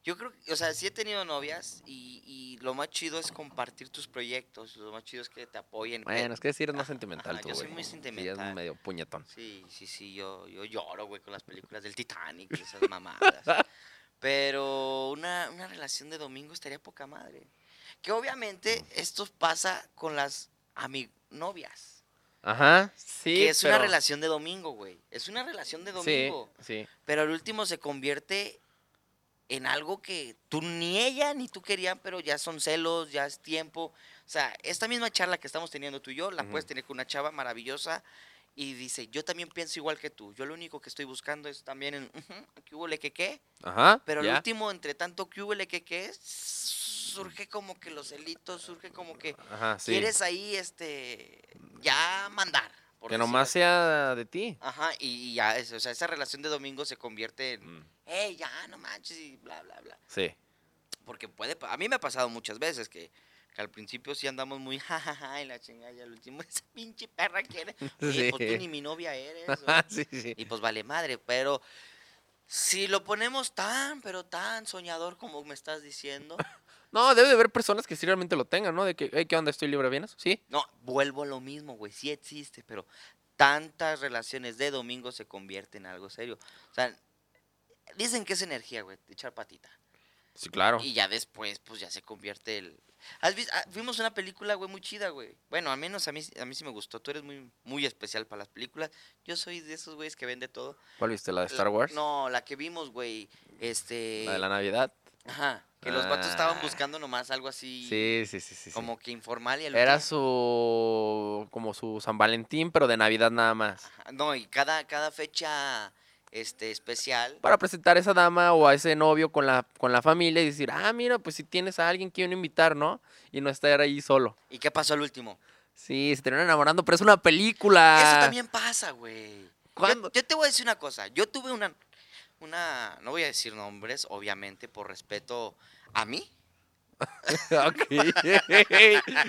[SPEAKER 2] Yo creo, que- o sea, sí he tenido novias y, y lo más chido es compartir tus proyectos, lo más chido es que te apoyen. que-
[SPEAKER 1] Bueno, es que si eres más
[SPEAKER 2] Ajá,
[SPEAKER 1] sentimental tú,
[SPEAKER 2] yo
[SPEAKER 1] güey.
[SPEAKER 2] soy muy
[SPEAKER 1] Sí, eres
[SPEAKER 2] sentimental.
[SPEAKER 1] medio puñetón.
[SPEAKER 2] Sí, sí, sí, yo, yo lloro, güey, con las películas del Titanic y esas mamadas. Pero una, una relación de domingo estaría poca madre. Que obviamente esto pasa con las ami- novias.
[SPEAKER 1] Ajá, sí,
[SPEAKER 2] que es una
[SPEAKER 1] pero-
[SPEAKER 2] relación de domingo, güey. Es una relación de domingo.
[SPEAKER 1] Sí, sí.
[SPEAKER 2] Pero al último se convierte en algo que tú ni ella ni tú querían, pero ya son celos, ya es tiempo. O sea, esta misma charla que estamos teniendo tú y yo, la
[SPEAKER 1] Ujú.
[SPEAKER 2] puedes tener con una chava maravillosa y dice, yo también pienso igual que tú. Yo lo único que estoy buscando es también en, ujú, ¿qué hubo le que qué?
[SPEAKER 1] Ajá,
[SPEAKER 2] Pero al
[SPEAKER 1] ya.
[SPEAKER 2] último, entre tanto, ¿qué hubo le que qué? Surge como que los celitos, surge como que
[SPEAKER 1] Ajá, sí.
[SPEAKER 2] quieres ahí, este, ya mandar. por
[SPEAKER 1] Que
[SPEAKER 2] decirlo
[SPEAKER 1] nomás
[SPEAKER 2] así.
[SPEAKER 1] sea de ti.
[SPEAKER 2] Ajá, y, y ya, es- o sea, esa relación de domingo se convierte en,
[SPEAKER 1] Mm,
[SPEAKER 2] hey, ya, no manches, y bla, bla, bla.
[SPEAKER 1] Sí.
[SPEAKER 2] Porque puede, pa- a mí me ha pasado muchas veces que, que al principio sí andamos muy jajaja y la chingada, y al último, esa pinche perra quiere,
[SPEAKER 1] Sí.
[SPEAKER 2] oye, pues tú ni mi novia eres. o-
[SPEAKER 1] sí, sí.
[SPEAKER 2] y pues vale madre, pero si lo ponemos tan, pero tan soñador como me estás diciendo,
[SPEAKER 1] No, debe de haber personas que sí realmente lo tengan, ¿no? De que, hey, ¿qué onda? ¿Estoy libre? ¿Vienes? Sí.
[SPEAKER 2] no, vuelvo a lo mismo, güey, sí existe, pero tantas relaciones de domingo se convierten en algo serio. O sea, dicen que es energía, güey, de echar patita.
[SPEAKER 1] Sí, claro.
[SPEAKER 2] Y ya después, pues ya se convierte el. ¿Has visto? vimos una película, güey, muy chida, güey. Bueno, al menos a mí, a mí sí me gustó. Tú eres muy, muy especial para las películas. Yo soy de esos güeyes que vende todo.
[SPEAKER 1] ¿Cuál viste? ¿La de Star
[SPEAKER 2] La-
[SPEAKER 1] Wars?
[SPEAKER 2] pues, No, la que vimos, güey. Este.
[SPEAKER 1] ¿La de la Navidad?
[SPEAKER 2] Ajá. Que los vatos estaban
[SPEAKER 1] Ah.
[SPEAKER 2] buscando nomás algo así.
[SPEAKER 1] Sí, sí, sí, sí. sí.
[SPEAKER 2] Como que informal y al
[SPEAKER 1] Era
[SPEAKER 2] último-
[SPEAKER 1] su... como su San Valentín, pero de Navidad nada más.
[SPEAKER 2] Ajá, No, y cada, cada fecha este, especial.
[SPEAKER 1] Para presentar a esa dama o a ese novio con la, con la familia y decir, ah, mira, pues si tienes a alguien que uno invitar, ¿no? Y no estar ahí solo.
[SPEAKER 2] ¿Y qué pasó al último?
[SPEAKER 1] Sí, se terminan enamorando, pero es una película.
[SPEAKER 2] Eso también pasa, güey. Yo-
[SPEAKER 1] ¿Cuándo?
[SPEAKER 2] Yo, te voy a decir una cosa. Yo tuve una, una, no voy a decir nombres, obviamente, por respeto a mí.
[SPEAKER 1] ok.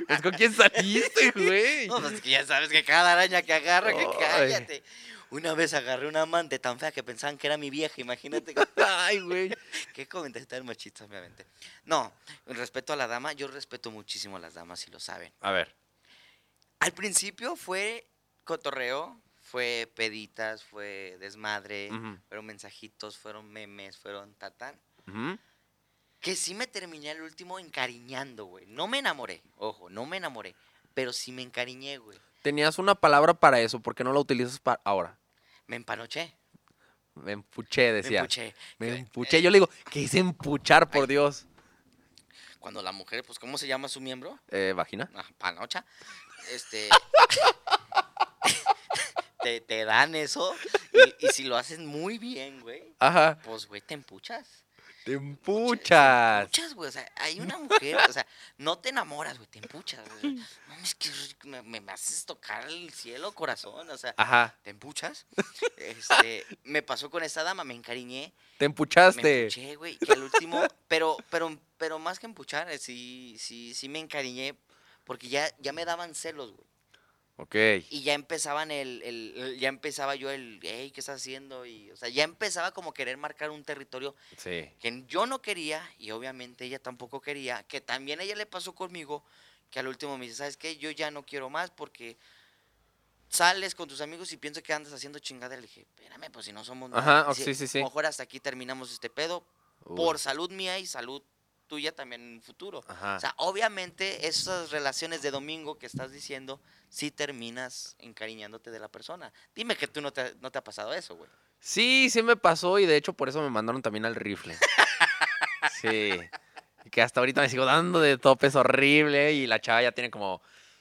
[SPEAKER 1] Pues, ¿Con quién saliste, güey?
[SPEAKER 2] No, pues que ya sabes que cada araña que agarra, que
[SPEAKER 1] Ay.
[SPEAKER 2] cállate. Una vez agarré una amante tan fea que pensaban que era mi vieja, imagínate.
[SPEAKER 1] Ay, güey.
[SPEAKER 2] Qué comentario tan machista, obviamente. No, respeto a la dama, yo respeto muchísimo a las damas, si lo saben.
[SPEAKER 1] A ver.
[SPEAKER 2] Al principio fue cotorreo, fue peditas, fue desmadre,
[SPEAKER 1] Ujú.
[SPEAKER 2] fueron mensajitos, fueron memes, fueron tatán.
[SPEAKER 1] Ujú.
[SPEAKER 2] Que sí me terminé al último encariñando, güey. No me enamoré, ojo, no me enamoré, pero sí me encariñé, güey.
[SPEAKER 1] Tenías una palabra para eso, ¿por qué no la utilizas para ahora?
[SPEAKER 2] Me empanoché,
[SPEAKER 1] Me empuché,
[SPEAKER 2] me
[SPEAKER 1] decía.
[SPEAKER 2] empuché. Eh,
[SPEAKER 1] Me
[SPEAKER 2] Que-
[SPEAKER 1] empuché. Yo le digo, ¿qué es empuchar, por Dios?
[SPEAKER 2] Cuando la mujer, pues, ¿cómo se llama su miembro?
[SPEAKER 1] Eh, ¿Vagina?
[SPEAKER 2] Ah, panocha. Este... te, te dan eso y, y si lo haces muy bien, güey,
[SPEAKER 1] Ajá.
[SPEAKER 2] pues, güey, te empuchas.
[SPEAKER 1] Te
[SPEAKER 2] Muchas,
[SPEAKER 1] empuchas.
[SPEAKER 2] Empuchas, güey. O sea, hay una mujer, o sea, no te enamoras, güey, te empuchas. güey. No, es que rico, me, me- me haces tocar el cielo, corazón, o sea,
[SPEAKER 1] Ajá.
[SPEAKER 2] te empuchas. Este, me pasó con esa dama, me encariñé,
[SPEAKER 1] Te
[SPEAKER 2] me
[SPEAKER 1] empuchaste.
[SPEAKER 2] empuché, güey, que al último, pero, pero, pero más que empuchar, eh, sí, sí, sí me encariñé, porque ya, ya me daban celos, güey.
[SPEAKER 1] Ok.
[SPEAKER 2] Y ya empezaban el, el- el- ya empezaba yo el, hey, ¿qué estás haciendo? Y, o sea, ya empezaba como querer marcar un territorio
[SPEAKER 1] Sí.
[SPEAKER 2] que yo no quería y obviamente ella tampoco quería, que también a ella le pasó conmigo, que al último me dice, ¿sabes qué? Yo ya no quiero más porque sales con tus amigos y pienso que andas haciendo chingada. Le dije, espérame, pues si no somos nada".
[SPEAKER 1] Ajá, oh, sí,
[SPEAKER 2] Dice,
[SPEAKER 1] sí, sí.
[SPEAKER 2] Mejor hasta aquí terminamos este pedo
[SPEAKER 1] Uy.
[SPEAKER 2] por salud mía y salud tuya también en el futuro.
[SPEAKER 1] Ajá.
[SPEAKER 2] O sea, obviamente esas relaciones de domingo que estás diciendo, sí terminas encariñándote de la persona. Dime que tú no te, no te ha pasado eso, güey.
[SPEAKER 1] Sí, sí me pasó y de hecho por eso me mandaron también al rifle. Sí. Y que hasta ahorita me sigo dando de topes horrible y la chava ya tiene como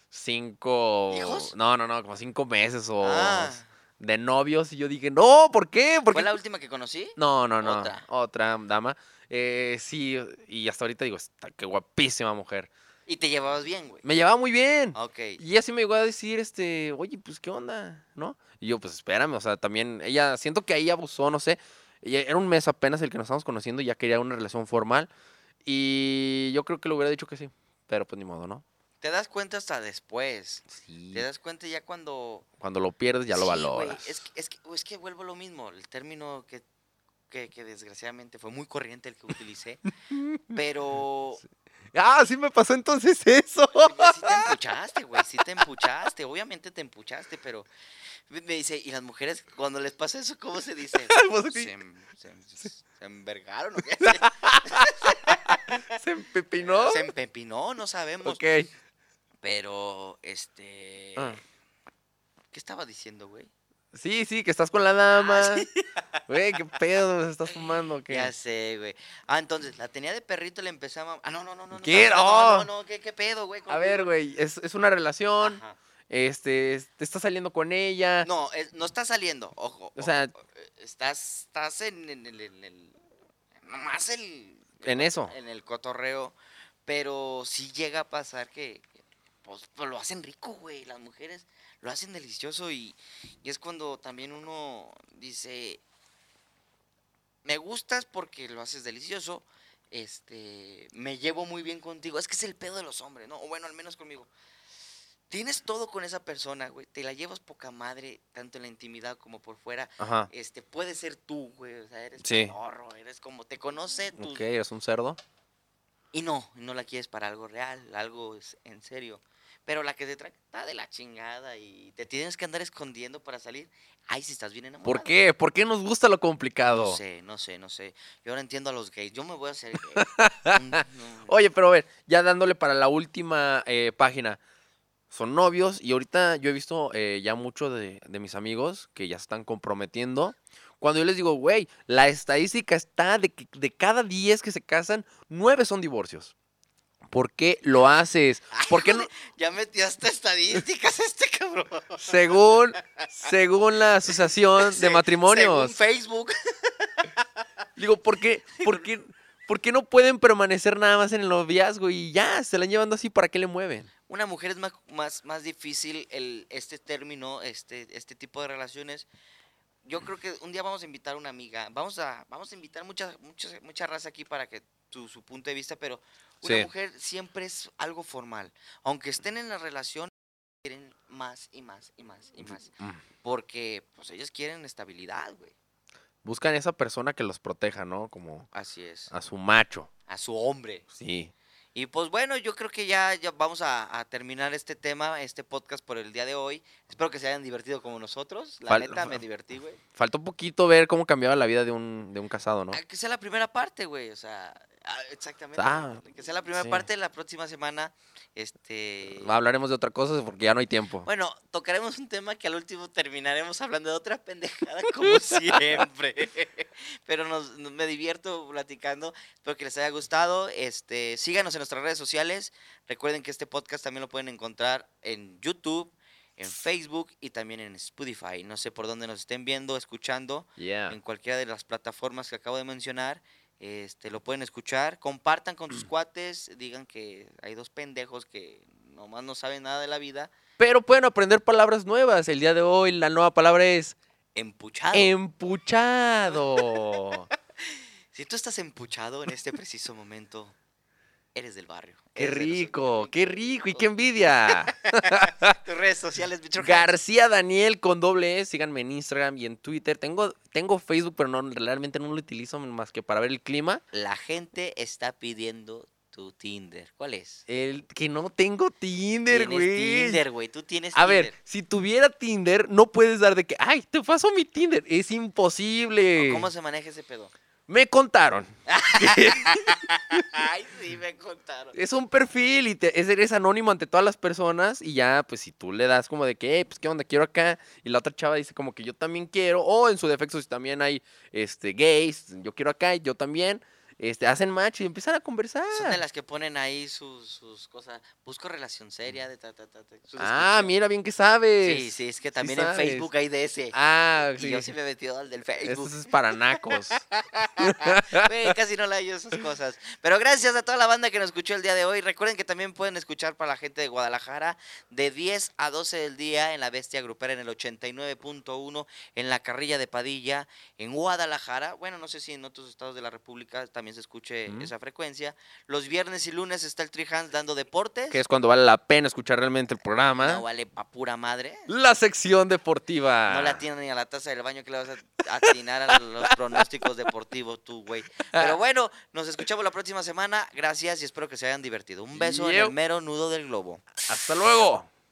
[SPEAKER 1] cinco...
[SPEAKER 2] ¿Hijos?
[SPEAKER 1] No, no, no, como cinco meses o...
[SPEAKER 2] Ah,
[SPEAKER 1] De novios y yo dije, no, ¿por qué? ¿Por
[SPEAKER 2] ¿Fue
[SPEAKER 1] qué?
[SPEAKER 2] la última que conocí?
[SPEAKER 1] No, no, no. Otra,
[SPEAKER 2] Otra.
[SPEAKER 1] dama. Eh, sí, y hasta ahorita digo, está, qué guapísima mujer.
[SPEAKER 2] Y te llevabas bien, güey.
[SPEAKER 1] Me llevaba muy bien.
[SPEAKER 2] Ok.
[SPEAKER 1] Y ella sí me llegó a decir, este, oye, pues, ¿qué onda? ¿No? Y yo, pues, espérame, o sea, también, ella, siento que ahí abusó, no sé. Ella- Era un mes apenas el que nos estábamos conociendo y ya quería una relación formal. Y yo creo que le hubiera dicho que sí, pero pues ni modo, ¿no?
[SPEAKER 2] Te das cuenta hasta después.
[SPEAKER 1] Sí.
[SPEAKER 2] Te das cuenta ya cuando...
[SPEAKER 1] Cuando lo pierdes ya lo
[SPEAKER 2] Sí, güey,
[SPEAKER 1] valoras.
[SPEAKER 2] Es que, es, que, es que vuelvo a lo mismo. El término que que, que desgraciadamente fue muy corriente el que utilicé. Pero
[SPEAKER 1] Ah, sí me pasó entonces eso.
[SPEAKER 2] Oye, sí te empuchaste, güey, sí te empuchaste, obviamente te empuchaste, pero me dice, y las mujeres, cuando les pasa eso, ¿cómo se dice?
[SPEAKER 1] Pues sí.
[SPEAKER 2] se, em- se em- se envergaron, ¿o qué?
[SPEAKER 1] Se empepinó.
[SPEAKER 2] Se empepinó, no sabemos.
[SPEAKER 1] Ok.
[SPEAKER 2] Pero, este,
[SPEAKER 1] Ah.
[SPEAKER 2] ¿qué estaba diciendo, güey?
[SPEAKER 1] Sí, sí, que estás con la dama.
[SPEAKER 2] Ah,
[SPEAKER 1] Güey, qué pedo, nos estás fumando. ¿qué?
[SPEAKER 2] Ya sé, güey. Ah, entonces, la tenía de perrito, le empezaba, ah, no, no, no, no. no,
[SPEAKER 1] ¿Qué?
[SPEAKER 2] No, no,
[SPEAKER 1] No.
[SPEAKER 2] no, no, ¿qué, qué pedo, güey?
[SPEAKER 1] A ver, güey, es, es una relación.
[SPEAKER 2] Ajá.
[SPEAKER 1] Este, es- te estás saliendo con ella.
[SPEAKER 2] No, es- no está saliendo, ojo.
[SPEAKER 1] O sea-
[SPEAKER 2] ojo, eh, estás, estás en, en el, en el- Nomás el.
[SPEAKER 1] En eso.
[SPEAKER 2] En el cotorreo. Pero sí llega a pasar que. que, Pues, pues, lo hacen rico, güey. Las mujeres lo hacen delicioso y, y es cuando también uno dice. Me gustas porque lo haces delicioso. Este. Me llevo muy bien contigo. Es que es el pedo de los hombres, ¿no? O bueno, al menos conmigo. Tienes todo con esa persona, güey. Te la llevas poca madre, tanto en la intimidad como por fuera.
[SPEAKER 3] Ajá.
[SPEAKER 2] Este, puede ser tú, güey. O sea, eres
[SPEAKER 3] Sí.
[SPEAKER 2] pedorro, eres como te conoce tú.
[SPEAKER 3] Ok, eres un cerdo.
[SPEAKER 2] Y no, no la quieres para algo real, algo es- en serio. Pero la que te trata de la chingada y te tienes que andar escondiendo para salir, ay, si estás bien enamorado.
[SPEAKER 1] ¿Por qué? ¿Por qué nos gusta lo complicado?
[SPEAKER 2] No sé, no sé, no sé. Yo ahora entiendo a los gays. Yo me voy a hacer gay. Mm, no.
[SPEAKER 1] Oye, pero a ver, ya dándole para la última eh, página. Son novios y ahorita yo he visto eh, ya mucho de, de mis amigos que ya se están comprometiendo. Cuando yo les digo, güey, la estadística está de que de cada 10 que se casan, 9 son divorcios. ¿Por qué lo haces? ¿Por qué no?
[SPEAKER 2] Ya metí hasta estadísticas este cabrón.
[SPEAKER 1] Según, según la Asociación de
[SPEAKER 2] Se- según
[SPEAKER 1] Matrimonios.
[SPEAKER 2] Facebook.
[SPEAKER 1] Digo, ¿por qué, por, qué, ¿por qué no pueden permanecer nada más en el noviazgo y ya? Se la han llevando así, ¿para qué le mueven?
[SPEAKER 2] Una mujer es más, más, más difícil el, este término, este, este tipo de relaciones. Yo creo que un día vamos a invitar a una amiga. Vamos a, vamos a invitar mucha, mucha, mucha raza aquí para que tu, su punto de vista, pero una
[SPEAKER 1] Sí.
[SPEAKER 2] mujer siempre es algo formal. Aunque estén en la relación, quieren más y más y más y más. Porque pues ellos quieren estabilidad, güey.
[SPEAKER 1] Buscan esa persona que los proteja, ¿no? Como
[SPEAKER 2] Así es.
[SPEAKER 1] a su macho.
[SPEAKER 2] A su hombre.
[SPEAKER 1] Sí.
[SPEAKER 2] Y pues bueno, yo creo que ya, ya vamos a, a terminar este tema, este podcast por el día de hoy. Espero que se hayan divertido como nosotros. La
[SPEAKER 1] Fal-
[SPEAKER 2] neta, me divertí, güey.
[SPEAKER 1] Faltó poquito ver cómo cambiaba la vida de un, de un casado, ¿no?
[SPEAKER 2] Ah, Que sea la primera parte, güey. O sea, ah, exactamente.
[SPEAKER 1] Ah,
[SPEAKER 2] que sea la primera
[SPEAKER 1] sí.
[SPEAKER 2] parte. La próxima semana, este...
[SPEAKER 1] Hablaremos de otra cosa porque ya no hay tiempo.
[SPEAKER 2] Bueno, tocaremos un tema que al último terminaremos hablando de otra pendejada como siempre. Pero nos, no- me divierto platicando. Espero que les haya gustado. Este, síganos en nuestras redes sociales. Recuerden que este podcast también lo pueden encontrar en YouTube, en Facebook y también en Spotify. No sé por dónde nos estén viendo, escuchando
[SPEAKER 1] Yeah.
[SPEAKER 2] en cualquiera de las plataformas que acabo de mencionar. Este, lo pueden escuchar, compartan con sus cuates, digan que hay dos pendejos que nomás no saben nada de la vida.
[SPEAKER 1] Pero pueden aprender palabras nuevas. El día de hoy la nueva palabra es Ah.
[SPEAKER 2] Empuchado.
[SPEAKER 1] Em- empuchado.
[SPEAKER 2] si tú estás empuchado en este preciso momento, eres del barrio.
[SPEAKER 1] qué
[SPEAKER 2] eres de nosotros.
[SPEAKER 1] rico, qué rico y qué envidia.
[SPEAKER 2] Tus redes sociales, bicho.
[SPEAKER 1] García Daniel con doble E. Síganme en Instagram y en Twitter. Tengo, tengo Facebook, pero no, realmente no lo utilizo más que para ver el clima.
[SPEAKER 2] La gente está pidiendo tu Tinder. ¿Cuál es?
[SPEAKER 1] El que no tengo Tinder,
[SPEAKER 2] Tienes
[SPEAKER 1] güey.
[SPEAKER 2] Tinder, güey. Tú tienes
[SPEAKER 1] A
[SPEAKER 2] Tinder.
[SPEAKER 1] ver, si tuviera Tinder, no puedes dar de que, ay, te paso mi Tinder. Es imposible.
[SPEAKER 2] ¿Cómo se maneja ese pedo?
[SPEAKER 1] Me contaron.
[SPEAKER 2] Ay, sí, me contaron.
[SPEAKER 1] Es un perfil y te, es- eres anónimo ante todas las personas y ya, pues si tú le das como de que, "Ey, pues qué onda, quiero acá, y la otra chava dice como que yo también quiero, o en su defecto si también hay este, gays, yo quiero acá y yo también, este, hacen match y empiezan a conversar.
[SPEAKER 2] Son de las que ponen ahí sus, sus cosas. Busco relación seria de ta, ta, ta, ta, su
[SPEAKER 1] Ah,
[SPEAKER 2] descripción.
[SPEAKER 1] mira bien que sabes.
[SPEAKER 2] Sí, sí, es que
[SPEAKER 1] sí
[SPEAKER 2] también en
[SPEAKER 1] sabes.
[SPEAKER 2] Facebook hay de ese.
[SPEAKER 1] Ah,
[SPEAKER 2] Y
[SPEAKER 1] sí.
[SPEAKER 2] yo sí me he metido al del
[SPEAKER 1] Estos
[SPEAKER 2] Facebook.
[SPEAKER 1] es para nacos.
[SPEAKER 2] Güey, casi no le hallo esas cosas. Pero gracias a toda la banda que nos escuchó el día de hoy. Recuerden que también pueden escuchar para la gente de Guadalajara de 10 a 12 del día en la Bestia Grupera en el 89.1 en la Carrilla de Padilla en Guadalajara. Bueno, no sé si en otros estados de la República también también se escuche esa frecuencia. Los viernes y lunes está el Tree Hands dando deportes.
[SPEAKER 1] Que es cuando vale la pena escuchar realmente el programa.
[SPEAKER 2] No vale pa' pura madre.
[SPEAKER 1] La sección deportiva.
[SPEAKER 2] No la tiene ni a la taza del baño que le vas a atinar a los pronósticos deportivos tú, güey. Pero bueno, nos escuchamos la próxima semana. Gracias y espero que se hayan divertido. Un beso en
[SPEAKER 1] Yep.
[SPEAKER 2] el mero nudo del globo.
[SPEAKER 1] Hasta luego.